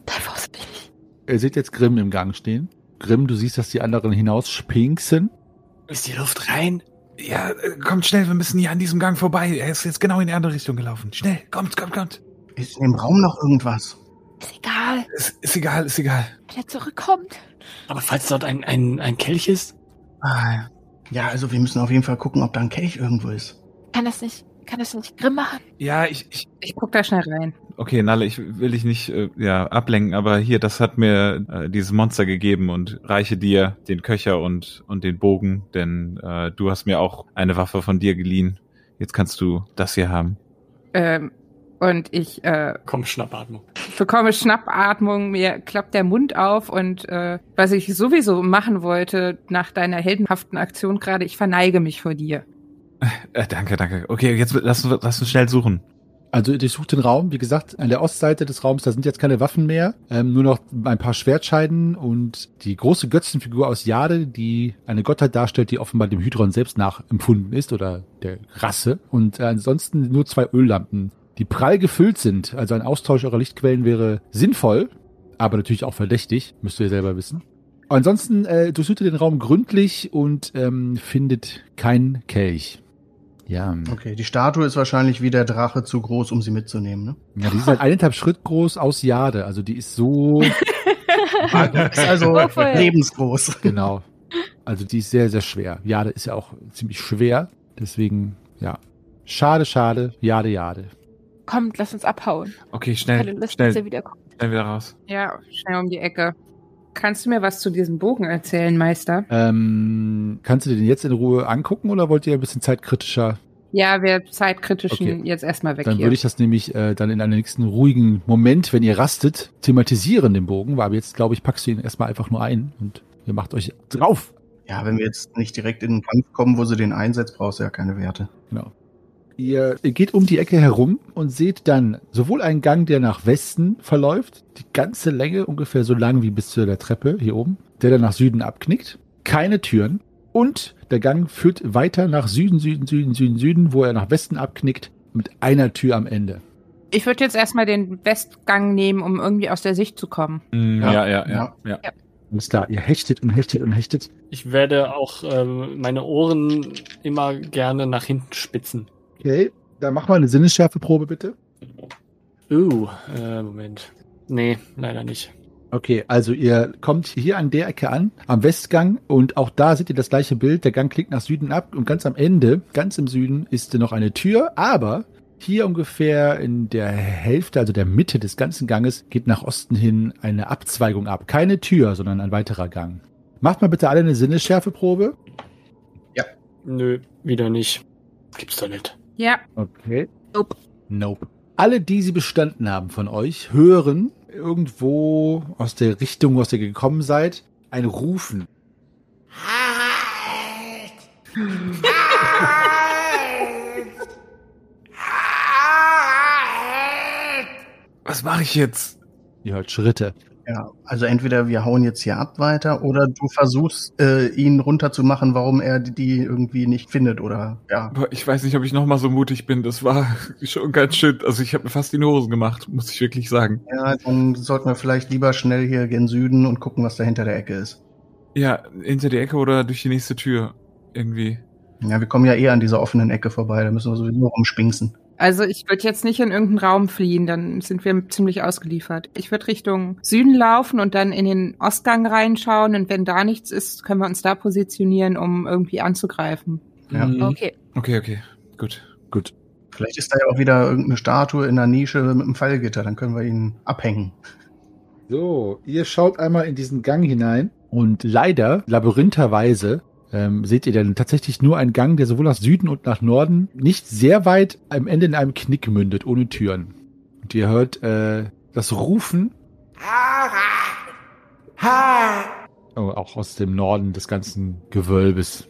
S6: sei vorsichtig.
S1: Ihr seht jetzt Grimm im Gang stehen. Grimm, du siehst, dass die anderen hinausspinksen.
S3: Ist die Luft rein?
S5: Ja, äh, kommt schnell, wir müssen hier an diesem Gang vorbei. Er ist jetzt genau in die andere Richtung gelaufen. Schnell, kommt, kommt, kommt.
S8: Ist in dem Raum noch irgendwas?
S6: Ist egal,
S5: Ist, ist egal, ist egal.
S6: wenn er zurückkommt.
S3: Aber falls dort ein, ein, ein Kelch ist?
S8: Ah, ja, also wir müssen auf jeden Fall gucken, ob da ein Kelch irgendwo ist.
S6: Kann das nicht, kann das nicht grimm machen?
S5: Ja, ich, ich.
S4: Ich guck da schnell rein.
S5: Okay, Nalle, ich will dich nicht äh, ja, ablenken, aber hier, das hat mir äh, dieses Monster gegeben und reiche dir den Köcher und, und den Bogen, denn äh, du hast mir auch eine Waffe von dir geliehen. Jetzt kannst du das hier haben.
S4: Ähm, und ich äh,
S3: Komm, Schnappatmung.
S4: bekomme Schnappatmung, mir klappt der Mund auf und äh, was ich sowieso machen wollte nach deiner heldenhaften Aktion gerade, ich verneige mich vor dir.
S5: Äh, danke, danke. Okay, jetzt lass, uns- lass uns schnell suchen.
S1: Also ihr durchsucht den Raum. Wie gesagt, an der Ostseite des Raums, da sind jetzt keine Waffen mehr. Ähm, nur noch ein paar Schwertscheiden und die große Götzenfigur aus Jade, die eine Gottheit darstellt, die offenbar dem Hydron selbst nachempfunden ist oder der Rasse. Und äh, ansonsten nur zwei Öllampen, die prall gefüllt sind. Also ein Austausch eurer Lichtquellen wäre sinnvoll, aber natürlich auch verdächtig, müsst ihr selber wissen. Ansonsten äh, durchsucht ihr den Raum gründlich und ähm, findet keinen Kelch. Ja.
S8: Okay, die Statue ist wahrscheinlich wie der Drache zu groß, um sie mitzunehmen, *laughs* ne?
S1: Ja, die ist halt eineinhalb Schritt groß aus Jade. Also die
S4: *laughs*
S1: ist so.
S8: ist also
S6: Oh, voll.
S8: lebensgroß.
S1: genau. Also die ist sehr, sehr schwer. Jade ist ja auch ziemlich schwer. Deswegen, ja. Schade, schade. Jade, Jade.
S6: Kommt, lass uns abhauen.
S5: Okay,
S6: Keine
S5: schnell,
S6: Lust, dass er
S5: schnell,
S6: wiederkommt.
S5: schnell wieder raus.
S4: Ja, schnell um die Ecke. Kannst du mir was zu diesem Bogen erzählen, Meister?
S1: Ähm, kannst du dir den jetzt in Ruhe angucken oder wollt ihr ein bisschen zeitkritischer?
S4: Ja, wir zeitkritischen
S1: Okay.
S4: jetzt erstmal weg
S1: Dann
S4: hier.
S1: würde ich das nämlich äh, dann in einem nächsten ruhigen Moment, wenn ihr rastet, thematisieren, den Bogen. Aber jetzt, glaube ich, packst du ihn erstmal einfach nur ein und ihr macht euch drauf.
S8: Ja, wenn wir jetzt nicht direkt in den Kampf kommen, wo sie den einsetzt, brauchst du ja keine Werte.
S1: Genau. Ihr geht um die Ecke herum und seht dann sowohl einen Gang, der nach Westen verläuft, die ganze Länge ungefähr so lang wie bis zu der Treppe hier oben, der dann nach Süden abknickt, keine Türen und der Gang führt weiter nach Süden, Süden, Süden, Süden, Süden, wo er nach Westen abknickt mit einer Tür am Ende.
S4: Ich würde jetzt erstmal den Westgang nehmen, um irgendwie aus der Sicht zu kommen.
S5: Mm,
S8: Ja,
S5: ja, ja, ja,
S8: ja.
S5: ja.
S1: Alles klar, ihr hechtet und hechtet und hechtet.
S3: Ich werde auch ähm, meine Ohren immer gerne nach hinten spitzen.
S1: Okay, dann mach mal eine Sinnesschärfeprobe bitte.
S3: Uh, äh, Moment. Nee, leider nicht.
S1: Okay, also ihr kommt hier an der Ecke an, am Westgang, und auch da seht ihr das gleiche Bild. Der Gang klingt nach Süden ab und ganz am Ende, ganz im Süden, ist noch eine Tür, aber hier ungefähr in der Hälfte, also der Mitte des ganzen Ganges, geht nach Osten hin eine Abzweigung ab. Keine Tür, sondern ein weiterer Gang. Macht mal bitte alle eine Sinnesschärfeprobe.
S3: Nö, wieder nicht. Gibt's doch nicht.
S4: Ja,
S1: Okay.
S6: Nope.
S1: Nope. Alle, die sie bestanden haben von euch, hören irgendwo aus der Richtung, aus der ihr gekommen seid, ein Rufen.
S9: Halt! Halt! Halt!
S5: Was mache ich jetzt?
S1: Ihr hört Schritte.
S8: Ja, also entweder wir hauen jetzt hier ab weiter oder du versuchst, äh, ihn runterzumachen, warum er die irgendwie nicht findet oder ja.
S5: Aber ich weiß nicht, ob ich noch mal so mutig bin. Das war *laughs* schon ganz schön. Also ich habe mir fast in die Hosen gemacht, muss ich wirklich sagen.
S8: Ja, dann sollten wir vielleicht lieber schnell hier gen Süden und gucken, was da hinter der Ecke ist.
S5: Ja, hinter die Ecke oder durch die nächste Tür irgendwie.
S8: Ja, wir kommen ja eher an dieser offenen Ecke vorbei, da müssen wir sowieso rumspinksen.
S4: also ich würde jetzt nicht in irgendeinen Raum fliehen, dann sind wir ziemlich ausgeliefert. Ich würde Richtung Süden laufen und dann in den Ostgang reinschauen und wenn da nichts ist, können wir uns da positionieren, um irgendwie anzugreifen.
S8: Ja.
S5: Mhm.
S6: Okay.
S5: Okay, okay, gut.
S8: Vielleicht ist da ja auch wieder irgendeine Statue in der Nische mit einem Fallgitter, dann können wir ihn abhängen.
S1: So, ihr schaut einmal in diesen Gang hinein und leider, labyrintherweise, ähm, seht ihr dann tatsächlich nur einen Gang, der sowohl nach Süden und nach Norden nicht sehr weit am Ende in einem Knick mündet, ohne Türen. Und ihr hört äh, das Rufen. Oh, auch aus dem Norden des ganzen Gewölbes.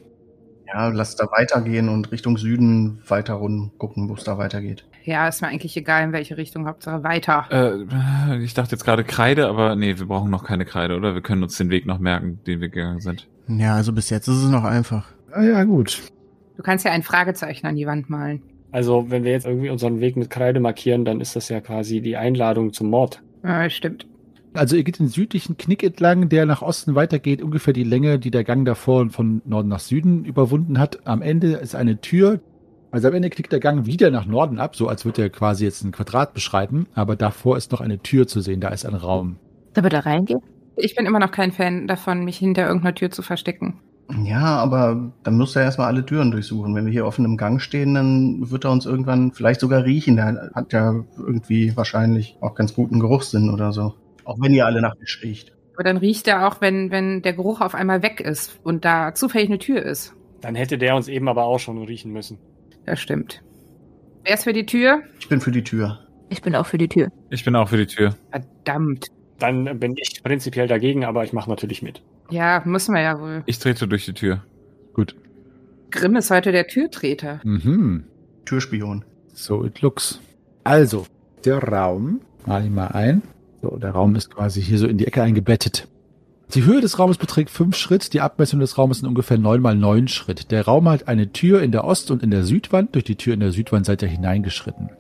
S8: Ja, lass da weitergehen und Richtung Süden weiter rum gucken, wo es da weitergeht.
S4: Ja, ist mir eigentlich egal, in welche Richtung, Hauptsache weiter.
S5: Äh, ich dachte jetzt gerade Kreide, aber nee, wir brauchen noch keine Kreide, oder? Wir können uns den Weg noch merken, den wir gegangen sind.
S10: Ja, also bis jetzt ist es noch einfach.
S1: Ah ja, gut.
S4: Du kannst ja ein Fragezeichen an die Wand malen.
S3: Also, wenn wir jetzt irgendwie unseren Weg mit Kreide markieren, dann ist das ja quasi die Einladung zum Mord.
S4: Äh, stimmt.
S1: Also ihr geht den südlichen Knick entlang, der nach Osten weitergeht, ungefähr die Länge, die der Gang davor von Norden nach Süden überwunden hat. Am Ende ist eine Tür. Also am Ende knickt der Gang wieder nach Norden ab, so als würde er quasi jetzt ein Quadrat beschreiten. Aber davor ist noch eine Tür zu sehen, da ist ein Raum.
S6: Sollen wir da reingehen?
S4: Ich bin immer noch kein Fan davon, mich hinter irgendeiner Tür zu verstecken.
S8: Ja, aber dann muss er erstmal alle Türen durchsuchen. Wenn wir hier offen im Gang stehen, dann wird er uns irgendwann vielleicht sogar riechen. Der hat ja irgendwie wahrscheinlich auch ganz guten Geruchssinn oder so. Auch wenn ihr alle nach mir riecht.
S4: Aber dann riecht er auch, wenn, wenn der Geruch auf einmal weg ist und da zufällig eine Tür ist.
S3: Dann hätte der uns eben aber auch schon riechen müssen.
S4: Das stimmt. Wer ist für die Tür?
S8: Ich bin für die Tür.
S6: Ich bin auch für die Tür.
S5: Ich bin auch für die Tür.
S4: Verdammt.
S3: Dann bin ich prinzipiell dagegen, aber ich mache natürlich mit.
S4: Ja, müssen wir ja wohl.
S5: Ich trete durch die Tür.
S4: Grimm ist heute der Türtreter.
S1: Mhm.
S8: Türspion.
S1: So it looks. Also, der Raum, mal ihn mal ein. So, der Raum ist quasi hier so in die Ecke eingebettet. Die Höhe des Raumes beträgt fünf Schritt, die Abmessung des Raumes sind ungefähr neun mal neun Schritt. Der Raum hat eine Tür in der Ost- und in der Südwand, durch die Tür in der Südwand seid ihr hineingeschritten.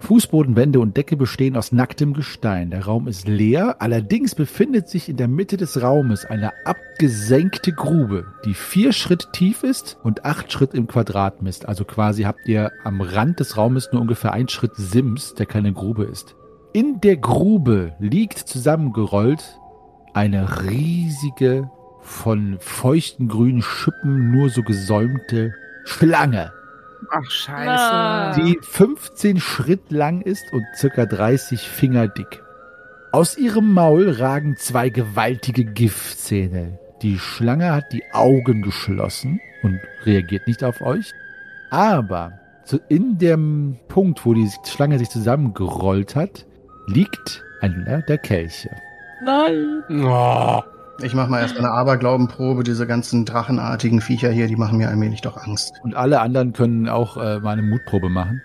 S1: Fußboden, Wände und Decke bestehen aus nacktem Gestein. Der Raum ist leer, allerdings befindet sich in der Mitte des Raumes eine abgesenkte Grube, die vier Schritt tief ist und acht Schritt im Quadrat misst. Also quasi habt ihr am Rand des Raumes nur ungefähr einen Schritt Sims, der keine Grube ist. In der Grube liegt zusammengerollt eine riesige, von feuchten grünen Schippen nur so gesäumte Schlange
S4: Ach, scheiße. Ah.
S6: Na.
S1: die 15 Schritt lang ist und circa 30 Finger dick. Aus ihrem Maul ragen zwei gewaltige Giftzähne. Die Schlange hat die Augen geschlossen und reagiert nicht auf euch. Aber so in dem Punkt, wo die Schlange sich zusammengerollt hat, liegt einer der Kelche.
S6: Nein.
S3: Oh.
S8: Ich mach mal erst eine Aberglaubenprobe. Diese ganzen drachenartigen Viecher hier, die machen mir allmählich doch Angst.
S1: Und alle anderen können auch äh, mal eine Mutprobe machen.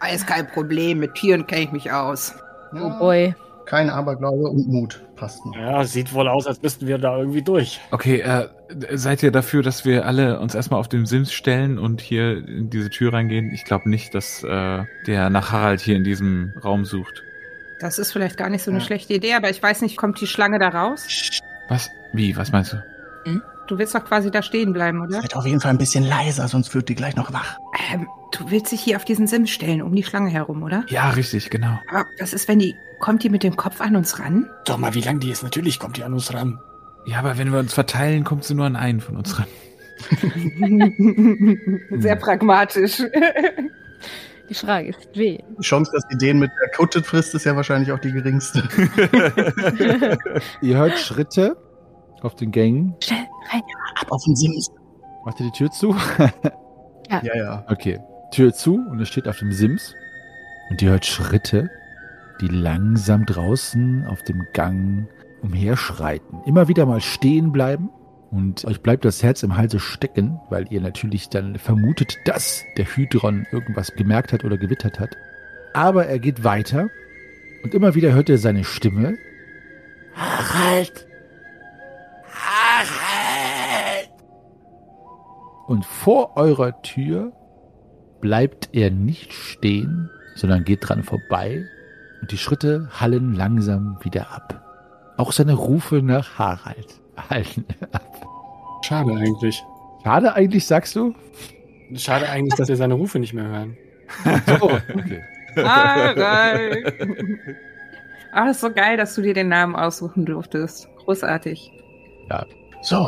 S4: Alles Ah, kein Problem, mit Tieren kenne ich mich aus.
S6: Oh boy.
S8: Kein Aberglaube und Mut. Passt noch.
S3: Ja, sieht wohl aus, als müssten wir da irgendwie durch.
S5: Okay, äh, seid ihr dafür, dass wir alle uns erstmal auf dem Sims stellen und hier in diese Tür reingehen? Ich glaube nicht, dass äh, der nach Harald hier in diesem Raum sucht.
S4: Das ist vielleicht gar nicht so eine schlechte Idee, aber ich weiß nicht, kommt die Schlange da raus?
S5: Was? Wie? Was meinst du?
S4: Du willst doch quasi da stehen bleiben, oder?
S8: Seid auf jeden Fall ein bisschen leiser, sonst wird die gleich noch wach.
S4: Ähm, du willst dich hier auf diesen Sims stellen, um die Schlange herum, oder?
S5: Ja, richtig, genau.
S4: Aber was Ah, ist, wenn die. Kommt die mit dem Kopf an uns *laughs* ran?
S2: Doch mal, wie lang die ist. Natürlich kommt die an uns ran.
S5: Ja, aber wenn wir uns verteilen, kommt sie nur an einen von uns ran.
S4: Sehr *laughs* pragmatisch.
S6: Die Frage ist, wen?
S8: Die Chance, dass die den mit der Kutte frisst, ist ja wahrscheinlich auch die geringste.
S1: Ihr hört Schritte auf den Gängen.
S6: Schnell, rein.
S8: *laughs* Ab auf den Sims.
S1: Macht ihr die Tür zu?
S8: Ja, ja.
S1: Okay. Tür zu und es steht auf dem Sims. Und ihr hört Schritte, die langsam draußen auf dem Gang umherschreiten. Immer wieder mal stehen bleiben. Und euch bleibt das Herz im Halse stecken, weil ihr natürlich dann vermutet, dass der Hydron irgendwas gemerkt hat oder gewittert hat. Aber er geht weiter und immer wieder hört ihr seine Stimme,
S9: Harald! Harald!
S1: Und vor eurer Tür bleibt er nicht stehen, sondern geht dran vorbei und die Schritte hallen langsam wieder ab. Auch seine Rufe nach Harald hallen ab.
S3: Schade eigentlich.
S1: Schade eigentlich, sagst *laughs* du?
S3: Schade eigentlich, dass wir seine Rufe nicht mehr hören.
S1: Oh, okay.
S4: Ah, nein. Ach, ist so geil, dass du dir den Namen aussuchen durftest. Großartig.
S8: So,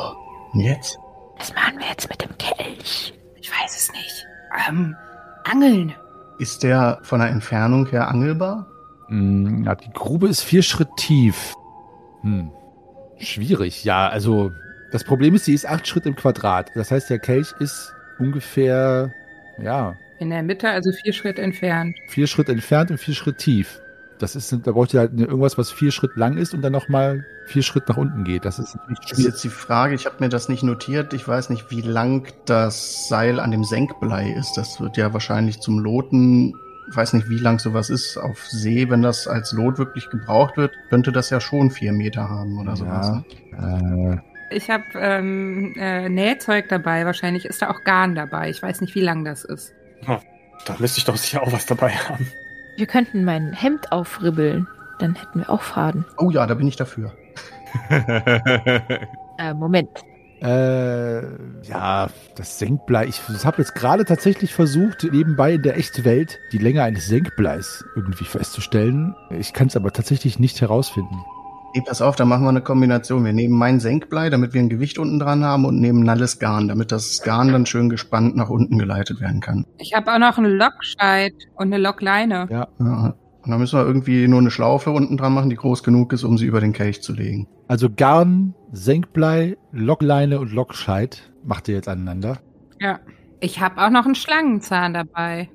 S8: und jetzt?
S6: Was machen wir jetzt mit dem Kelch?
S4: Ich weiß es nicht. Ähm, angeln.
S8: Ist der von der Entfernung her angelbar?
S1: Mm, ja, die Grube ist vier Schritt tief. Hm. Schwierig, ja. Also das Problem ist, sie ist acht Schritt im Quadrat. Das heißt, der Kelch ist ungefähr, ja,
S4: In der Mitte, also vier Schritt entfernt.
S1: vier Schritt entfernt und vier Schritt tief. Das ist, da braucht ihr halt irgendwas, was vier Schritt lang ist und dann nochmal vier Schritt nach unten geht. Das ist natürlich
S8: Das ist
S1: schwierig.
S8: jetzt die Frage, ich habe mir das nicht notiert. Ich weiß nicht, wie lang das Seil an dem Senkblei ist. Das wird ja wahrscheinlich zum Loten, ich weiß nicht, wie lang sowas ist, auf See, wenn das als Lot wirklich gebraucht wird, könnte das ja schon vier Meter haben oder sowas.
S1: Ja.
S8: ne?
S1: Äh,
S4: Ich habe ähm, äh, Nähzeug dabei. Wahrscheinlich ist da auch Garn dabei. Ich weiß nicht, wie lang das ist.
S3: Da müsste ich doch sicher auch was dabei haben.
S6: Wir könnten mein Hemd aufribbeln. Dann hätten wir auch Faden.
S8: Oh ja, da bin ich dafür.
S6: Äh, Moment.
S1: Äh, ja, das Senkblei. Ich habe jetzt gerade tatsächlich versucht, nebenbei in der echten Welt die Länge eines Senkbleis irgendwie festzustellen. Ich kann es aber tatsächlich nicht herausfinden.
S8: Nee, pass auf, dann machen wir eine Kombination. Wir nehmen mein Senkblei, damit wir ein Gewicht unten dran haben und nehmen Nalles Garn, damit das Garn dann schön gespannt nach unten geleitet werden kann.
S4: Ich habe auch noch einen Lockscheit und eine Lockleine.
S1: Ja.
S8: Ja. Und dann müssen wir irgendwie nur eine Schlaufe unten dran machen, die groß genug ist, um sie über den Kelch zu legen.
S1: Also Garn, Senkblei, Lockleine und Lockscheit macht ihr jetzt aneinander.
S4: Ich habe auch noch einen Schlangenzahn dabei.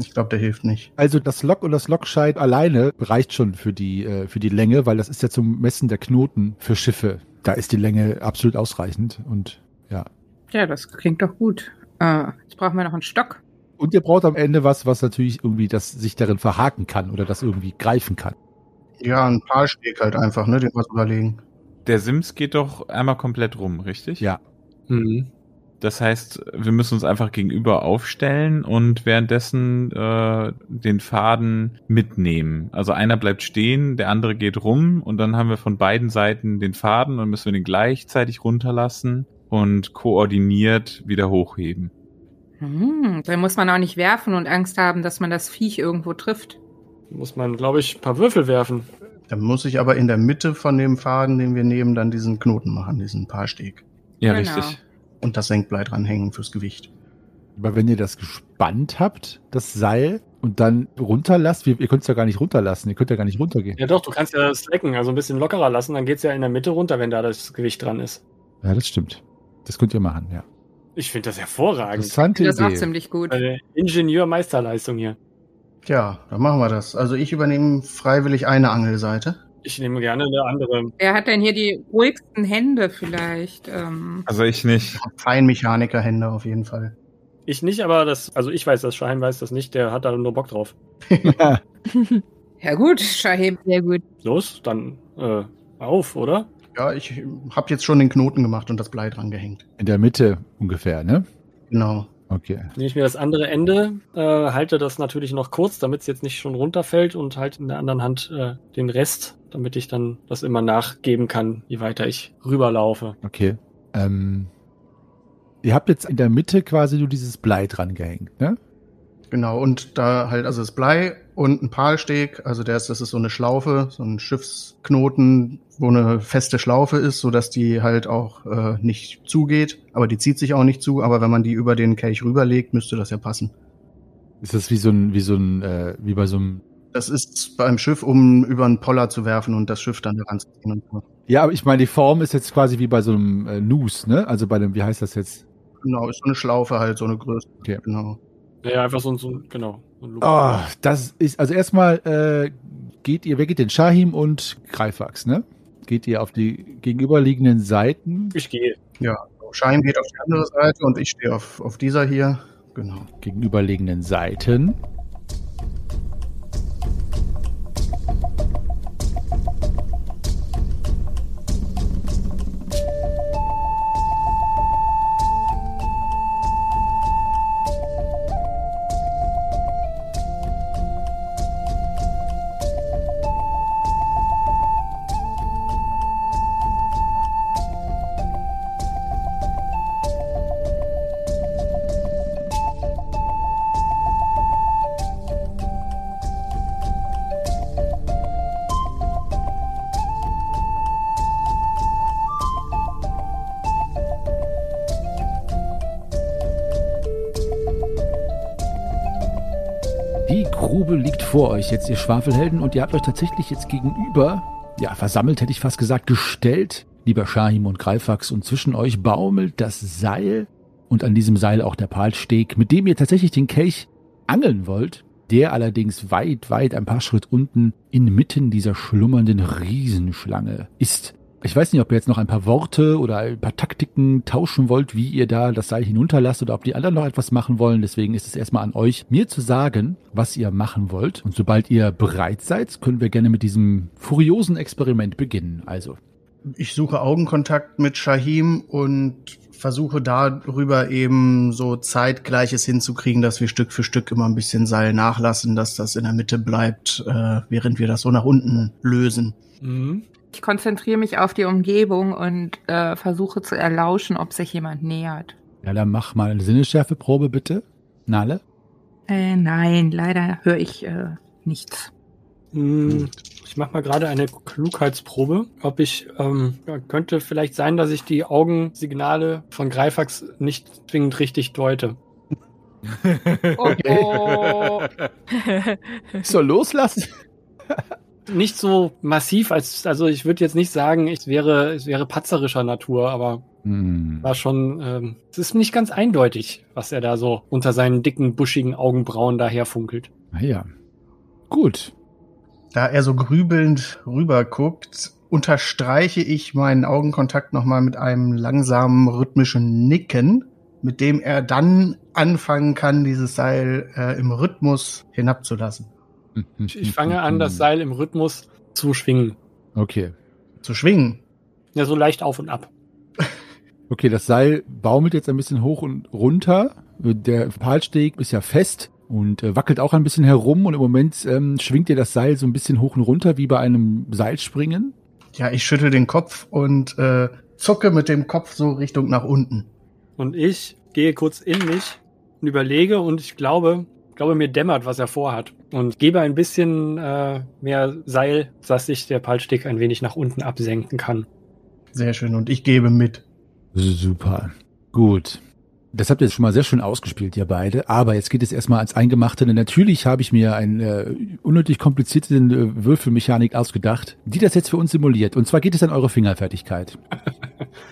S8: Ich glaube, der hilft nicht.
S1: Also das Lock und das Lockscheit alleine reicht schon für die, äh, für die Länge, weil das ist ja zum Messen der Knoten für Schiffe. Da ist die Länge absolut ausreichend und
S4: Ja, das klingt doch gut. Äh, jetzt brauchen wir noch einen Stock.
S1: Und ihr braucht am Ende was, was natürlich irgendwie das sich darin verhaken kann oder das irgendwie greifen kann.
S8: Ja, ein Stahlsteg halt einfach, ne? Den was überlegen.
S5: Der Sims geht doch einmal komplett rum, richtig?
S1: Ja.
S3: Mhm.
S5: Das heißt, wir müssen uns einfach gegenüber aufstellen und währenddessen äh, den Faden mitnehmen. Also einer bleibt stehen, der andere geht rum und dann haben wir von beiden Seiten den Faden und müssen wir den gleichzeitig runterlassen und koordiniert wieder hochheben.
S4: Hm, dann muss man auch nicht werfen und Angst haben, dass man das Viech irgendwo trifft.
S3: Muss man, glaube ich, ein paar Würfel werfen.
S8: Dann muss ich aber in der Mitte von dem Faden, den wir nehmen, dann diesen Knoten machen, diesen Paarsteg.
S5: Ja,
S4: Genau.
S5: richtig.
S8: Und das Senkblei dranhängen fürs Gewicht.
S1: Aber wenn ihr das gespannt habt, das Seil, und dann runterlasst, wir, ihr könnt es ja gar nicht runterlassen, ihr könnt ja gar nicht runtergehen.
S3: Ja doch, du kannst ja slacken, also ein bisschen lockerer lassen, dann geht's ja in der Mitte runter, wenn da das Gewicht dran ist.
S1: Ja, das stimmt. Das könnt ihr machen, ja.
S3: Ich finde das hervorragend.
S1: Interessante
S4: Das ist auch
S1: *laughs* Idee.
S4: ziemlich gut.
S3: Eine Ingenieur-Meisterleistung hier.
S8: Tja, dann machen wir das. Also ich übernehme freiwillig eine Angelseite.
S3: Ich nehme gerne eine andere.
S4: Wer hat denn hier die ruhigsten Hände vielleicht? Ähm,
S5: Also ich nicht.
S8: Feinmechanikerhände auf jeden Fall.
S3: Ich nicht, aber das, also ich weiß das, Schein weiß das nicht, der hat da nur Bock drauf.
S4: ja gut, Shahib.
S6: Sehr gut.
S3: Los, dann äh, auf, oder?
S8: Ja, ich habe jetzt schon den Knoten gemacht und das Blei dran gehängt.
S1: In der Mitte ungefähr, ne?
S8: Genau.
S1: Okay.
S3: Nehme ich mir das andere Ende, äh, halte das natürlich noch kurz, damit es jetzt nicht schon runterfällt und halt in der anderen Hand äh, den Rest, damit ich dann das immer nachgeben kann, je weiter ich rüberlaufe.
S1: Okay. Ähm, ihr habt jetzt in der Mitte quasi nur dieses Blei dran gehängt, ne?
S8: Genau, und da halt also das Blei und ein Palsteg, also der ist, das ist so eine Schlaufe, so ein Schiffsknoten, wo eine feste Schlaufe ist, sodass die halt auch äh, nicht zugeht, aber die zieht sich auch nicht zu, aber wenn man die über den Kelch rüberlegt, müsste das ja passen.
S1: Ist das wie so ein, wie so ein, äh, wie bei so einem.
S8: Das ist beim Schiff, um über einen Poller zu werfen und das Schiff dann heranzuziehen. Und so.
S1: Ja, aber ich meine, die Form ist jetzt quasi wie bei so einem äh, Noose, ne? Also bei dem, wie heißt das jetzt?
S8: Genau, ist so eine Schlaufe halt, so eine Größe.
S1: Okay.
S8: Genau.
S3: Ja, einfach so ein, so ein genau. So ein Loop.
S1: Oh, das ist, also erstmal äh, geht ihr, wer geht denn? Shahim und Greifax, ne? Geht ihr auf die gegenüberliegenden Seiten,
S3: Ich gehe.
S8: Schein geht auf die andere Seite und ich stehe auf, auf dieser hier. Genau.
S1: gegenüberliegenden Seiten. Die Grube liegt vor euch jetzt, ihr Schwafelhelden, und ihr habt euch tatsächlich jetzt gegenüber, ja, versammelt hätte ich fast gesagt, gestellt, lieber Shahim und Greifax, und zwischen euch baumelt das Seil und an diesem Seil auch der Palsteg, mit dem ihr tatsächlich den Kelch angeln wollt, der allerdings weit, weit ein paar Schritt unten inmitten dieser schlummernden Riesenschlange ist. Ich weiß nicht, ob ihr jetzt noch ein paar Worte oder ein paar Taktiken tauschen wollt, wie ihr da das Seil hinunterlasst oder ob die anderen noch etwas machen wollen. Deswegen ist es erstmal an euch, mir zu sagen, was ihr machen wollt. Und sobald ihr bereit seid, können wir gerne mit diesem furiosen Experiment beginnen. Also,
S8: Ich suche Augenkontakt mit Shahim und versuche darüber eben so zeitgleiches hinzukriegen, dass wir Stück für Stück immer ein bisschen Seil nachlassen, dass das in der Mitte bleibt, äh, während wir das so nach unten lösen.
S3: Mhm.
S4: Ich konzentriere mich auf die Umgebung und äh, versuche zu erlauschen, ob sich jemand nähert.
S1: ja, dann mach mal eine Sinnesschärfeprobe bitte.
S3: *laughs*
S1: Nale?
S4: Äh, nein, leider höre ich äh, nichts.
S3: Hm, Ich mache mal gerade eine Klugheitsprobe. Ob ich ähm, ja, könnte vielleicht sein, dass ich die Augensignale von Greifax nicht zwingend richtig deute.
S4: Oh, oh.
S1: Soll loslassen?
S3: Nicht so massiv, als also ich würde jetzt nicht sagen, ich wäre es wäre patzerischer Natur, aber
S1: Hm.
S3: war schon. Ähm, es ist nicht ganz eindeutig, was er da so unter seinen dicken buschigen Augenbrauen daherfunkelt.
S1: Naja. Ah Gut.
S8: Da er so grübelnd rüberguckt, unterstreiche ich meinen Augenkontakt nochmal mit einem langsamen rhythmischen Nicken, mit dem er dann anfangen kann, dieses Seil äh, im Rhythmus hinabzulassen.
S3: Ich, ich fange an, das Seil im Rhythmus zu schwingen.
S1: Hm. Okay.
S8: Zu schwingen.
S3: Ja, so leicht auf und ab.
S1: Okay, das Seil baumelt jetzt ein bisschen hoch und runter. Der Palsteg ist ja fest und äh, wackelt auch ein bisschen herum und im Moment ähm, schwingt ihr das Seil so ein bisschen hoch und runter wie bei einem Seilspringen.
S8: Ja, ich schüttel den Kopf und äh, zucke mit dem Kopf so Richtung nach unten.
S3: Und ich gehe kurz in mich und überlege und ich glaube, glaube mir dämmert, was er vorhat. Und gebe ein bisschen äh, mehr Seil, dass sich der Palsteg ein wenig nach unten absenken kann.
S8: Sehr schön. Und ich gebe mit.
S1: Super. Gut. Das habt ihr jetzt schon mal sehr schön ausgespielt, ihr beide. Aber jetzt geht es erstmal als Eingemachte. Denn natürlich habe ich mir eine äh, unnötig komplizierte äh, Würfelmechanik ausgedacht, die das jetzt für uns simuliert. Und zwar geht es an eure Fingerfertigkeit.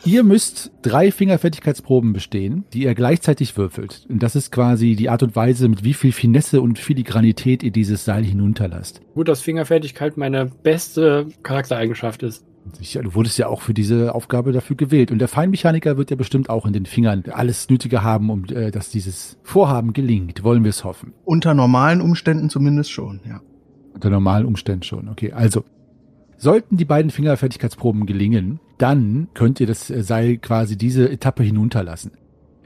S1: ihr müsst drei Fingerfertigkeitsproben bestehen, die ihr gleichzeitig würfelt. Und das ist quasi die Art und Weise, mit wie viel Finesse und Filigranität ihr dieses Seil hinunterlasst.
S3: Gut, dass Fingerfertigkeit meine beste Charaktereigenschaft ist.
S1: Ich, du wurdest ja auch für diese Aufgabe dafür gewählt. Und der Feinmechaniker wird ja bestimmt auch in den Fingern alles Nötige haben, um äh, dass dieses Vorhaben gelingt. Wollen wir es hoffen.
S8: Unter normalen Umständen zumindest schon, ja.
S1: Unter normalen Umständen schon. Okay, also. Sollten die beiden Fingerfertigkeitsproben gelingen, dann könnt ihr das äh, Seil quasi diese Etappe hinunterlassen.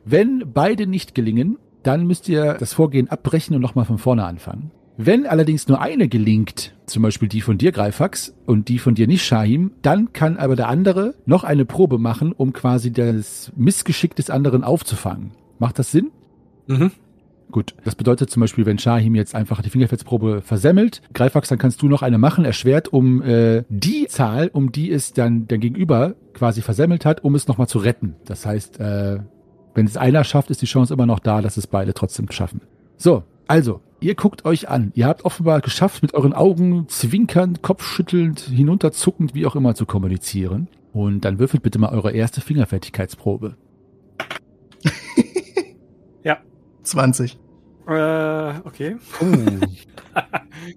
S1: Wenn beide nicht gelingen, dann müsst ihr das Vorgehen abbrechen und nochmal von vorne anfangen. Wenn allerdings nur eine gelingt, zum Beispiel die von dir, Greifax, und die von dir nicht, Shahim, dann kann aber der andere noch eine Probe machen, um quasi das Missgeschick des anderen aufzufangen. Macht das Sinn?
S3: Mhm.
S1: Gut, das bedeutet zum Beispiel, wenn Shahim jetzt einfach die Fingerfetzprobe versemmelt, Greifax, dann kannst du noch eine machen, erschwert um äh, die Zahl, um die es dann der Gegenüber quasi versemmelt hat, um es nochmal zu retten. Das heißt, äh, wenn es einer schafft, ist die Chance immer noch da, dass es beide trotzdem schaffen. So, also, ihr guckt euch an. Ihr habt offenbar geschafft, mit euren Augen zwinkernd, kopfschüttelnd, hinunterzuckend, wie auch immer zu kommunizieren. Und dann würfelt bitte mal eure erste Fingerfertigkeitsprobe.
S3: Ja.
S8: 20.
S3: Äh, okay.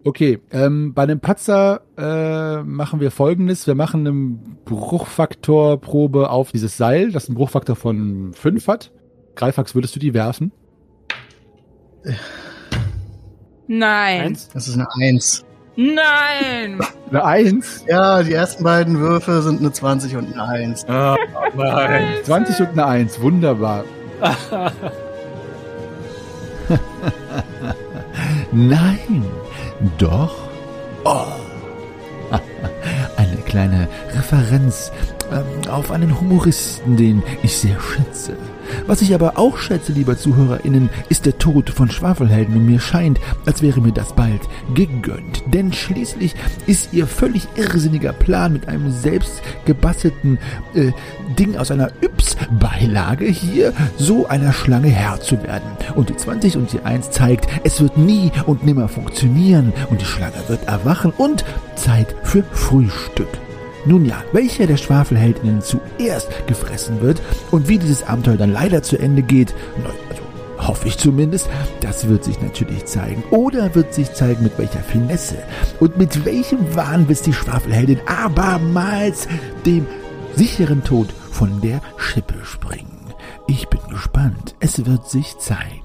S1: Okay, ähm, bei einem Patzer äh, machen wir folgendes. Wir machen eine Bruchfaktorprobe auf dieses Seil, das einen Bruchfaktor von 5 hat. Greifax, würdest du die werfen?
S4: Nein.
S3: Eins.
S8: Das ist eine Eins.
S4: Nein.
S1: Eine 1,
S8: Ja, die ersten beiden Würfe sind eine 20 und eine Eins.
S5: Ah, nein.
S1: 20 und eine 1, wunderbar. Nein, doch. Oh. Eine kleine Referenz ähm, auf einen Humoristen, den ich sehr schätze. Was ich aber auch schätze, lieber ZuhörerInnen, ist der Tod von Schwafelhelden und mir scheint, als wäre mir das bald gegönnt. Denn schließlich ist ihr völlig irrsinniger Plan mit einem selbst gebastelten äh, Ding aus einer Yps-Beilage hier so einer Schlange Herr zu werden. Und die 20 und die 1 zeigt, es wird nie und nimmer funktionieren und die Schlange wird erwachen und Zeit für Frühstück. Nun ja, welcher der Schwafelheldinnen zuerst gefressen wird und wie dieses Abenteuer dann leider zu Ende geht, na, also hoffe ich zumindest, das wird sich natürlich zeigen. Oder wird sich zeigen, mit welcher Finesse und mit welchem Wahnwitz die Schwafelheldin abermals dem sicheren Tod von der Schippe springen. Ich bin gespannt. Es wird sich zeigen.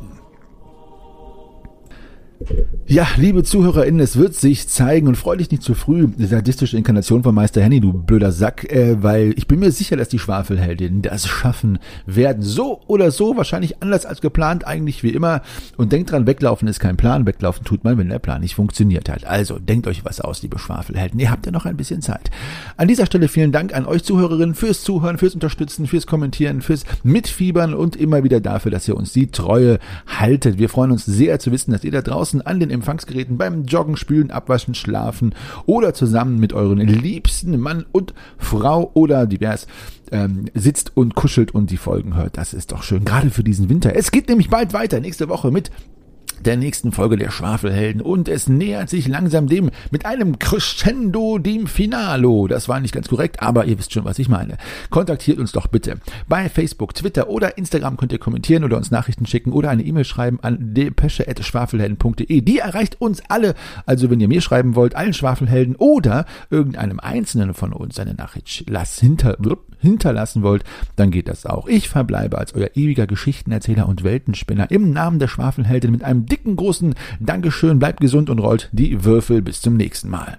S1: Ja, liebe ZuhörerInnen, es wird sich zeigen und freu dich nicht zu früh, die sadistische Inkarnation von Meister Henny, du blöder Sack, äh, weil ich bin mir sicher, dass die Schwafelheldinnen das schaffen werden. So oder so, wahrscheinlich anders als geplant, eigentlich wie immer. Und denkt dran, weglaufen ist kein Plan, weglaufen tut man, wenn der Plan nicht funktioniert hat. Also, denkt euch was aus, liebe Schwafelhelden, ihr habt ja noch ein bisschen Zeit. An dieser Stelle vielen Dank an euch Zuhörerinnen fürs Zuhören, fürs Unterstützen, fürs Kommentieren, fürs Mitfiebern und immer wieder dafür, dass ihr uns die Treue haltet. Wir freuen uns sehr zu wissen, dass ihr da draußen an den Empfangsgeräten beim Joggen, Spülen, Abwaschen, Schlafen oder zusammen mit euren liebsten Mann und Frau oder divers ähm, sitzt und kuschelt und die Folgen hört. Das ist doch schön, gerade für diesen Winter. Es geht nämlich bald weiter, nächste Woche mit der nächsten Folge der Schwafelhelden und es nähert sich langsam dem mit einem Crescendo dem Finalo. Das war nicht ganz korrekt, aber ihr wisst schon, was ich meine. Kontaktiert uns doch bitte. Bei Facebook, Twitter oder Instagram könnt ihr kommentieren oder uns Nachrichten schicken oder eine E-Mail schreiben an depesche.schwafelhelden.de. Die erreicht uns alle. Also wenn ihr mir schreiben wollt, allen Schwafelhelden oder irgendeinem einzelnen von uns eine Nachricht sch- lass hinter, blub, hinterlassen wollt, dann geht das auch. Ich verbleibe als euer ewiger Geschichtenerzähler und Weltenspinner im Namen der Schwafelhelden mit einem dicken großen Dankeschön, bleibt gesund und rollt die Würfel bis zum nächsten Mal.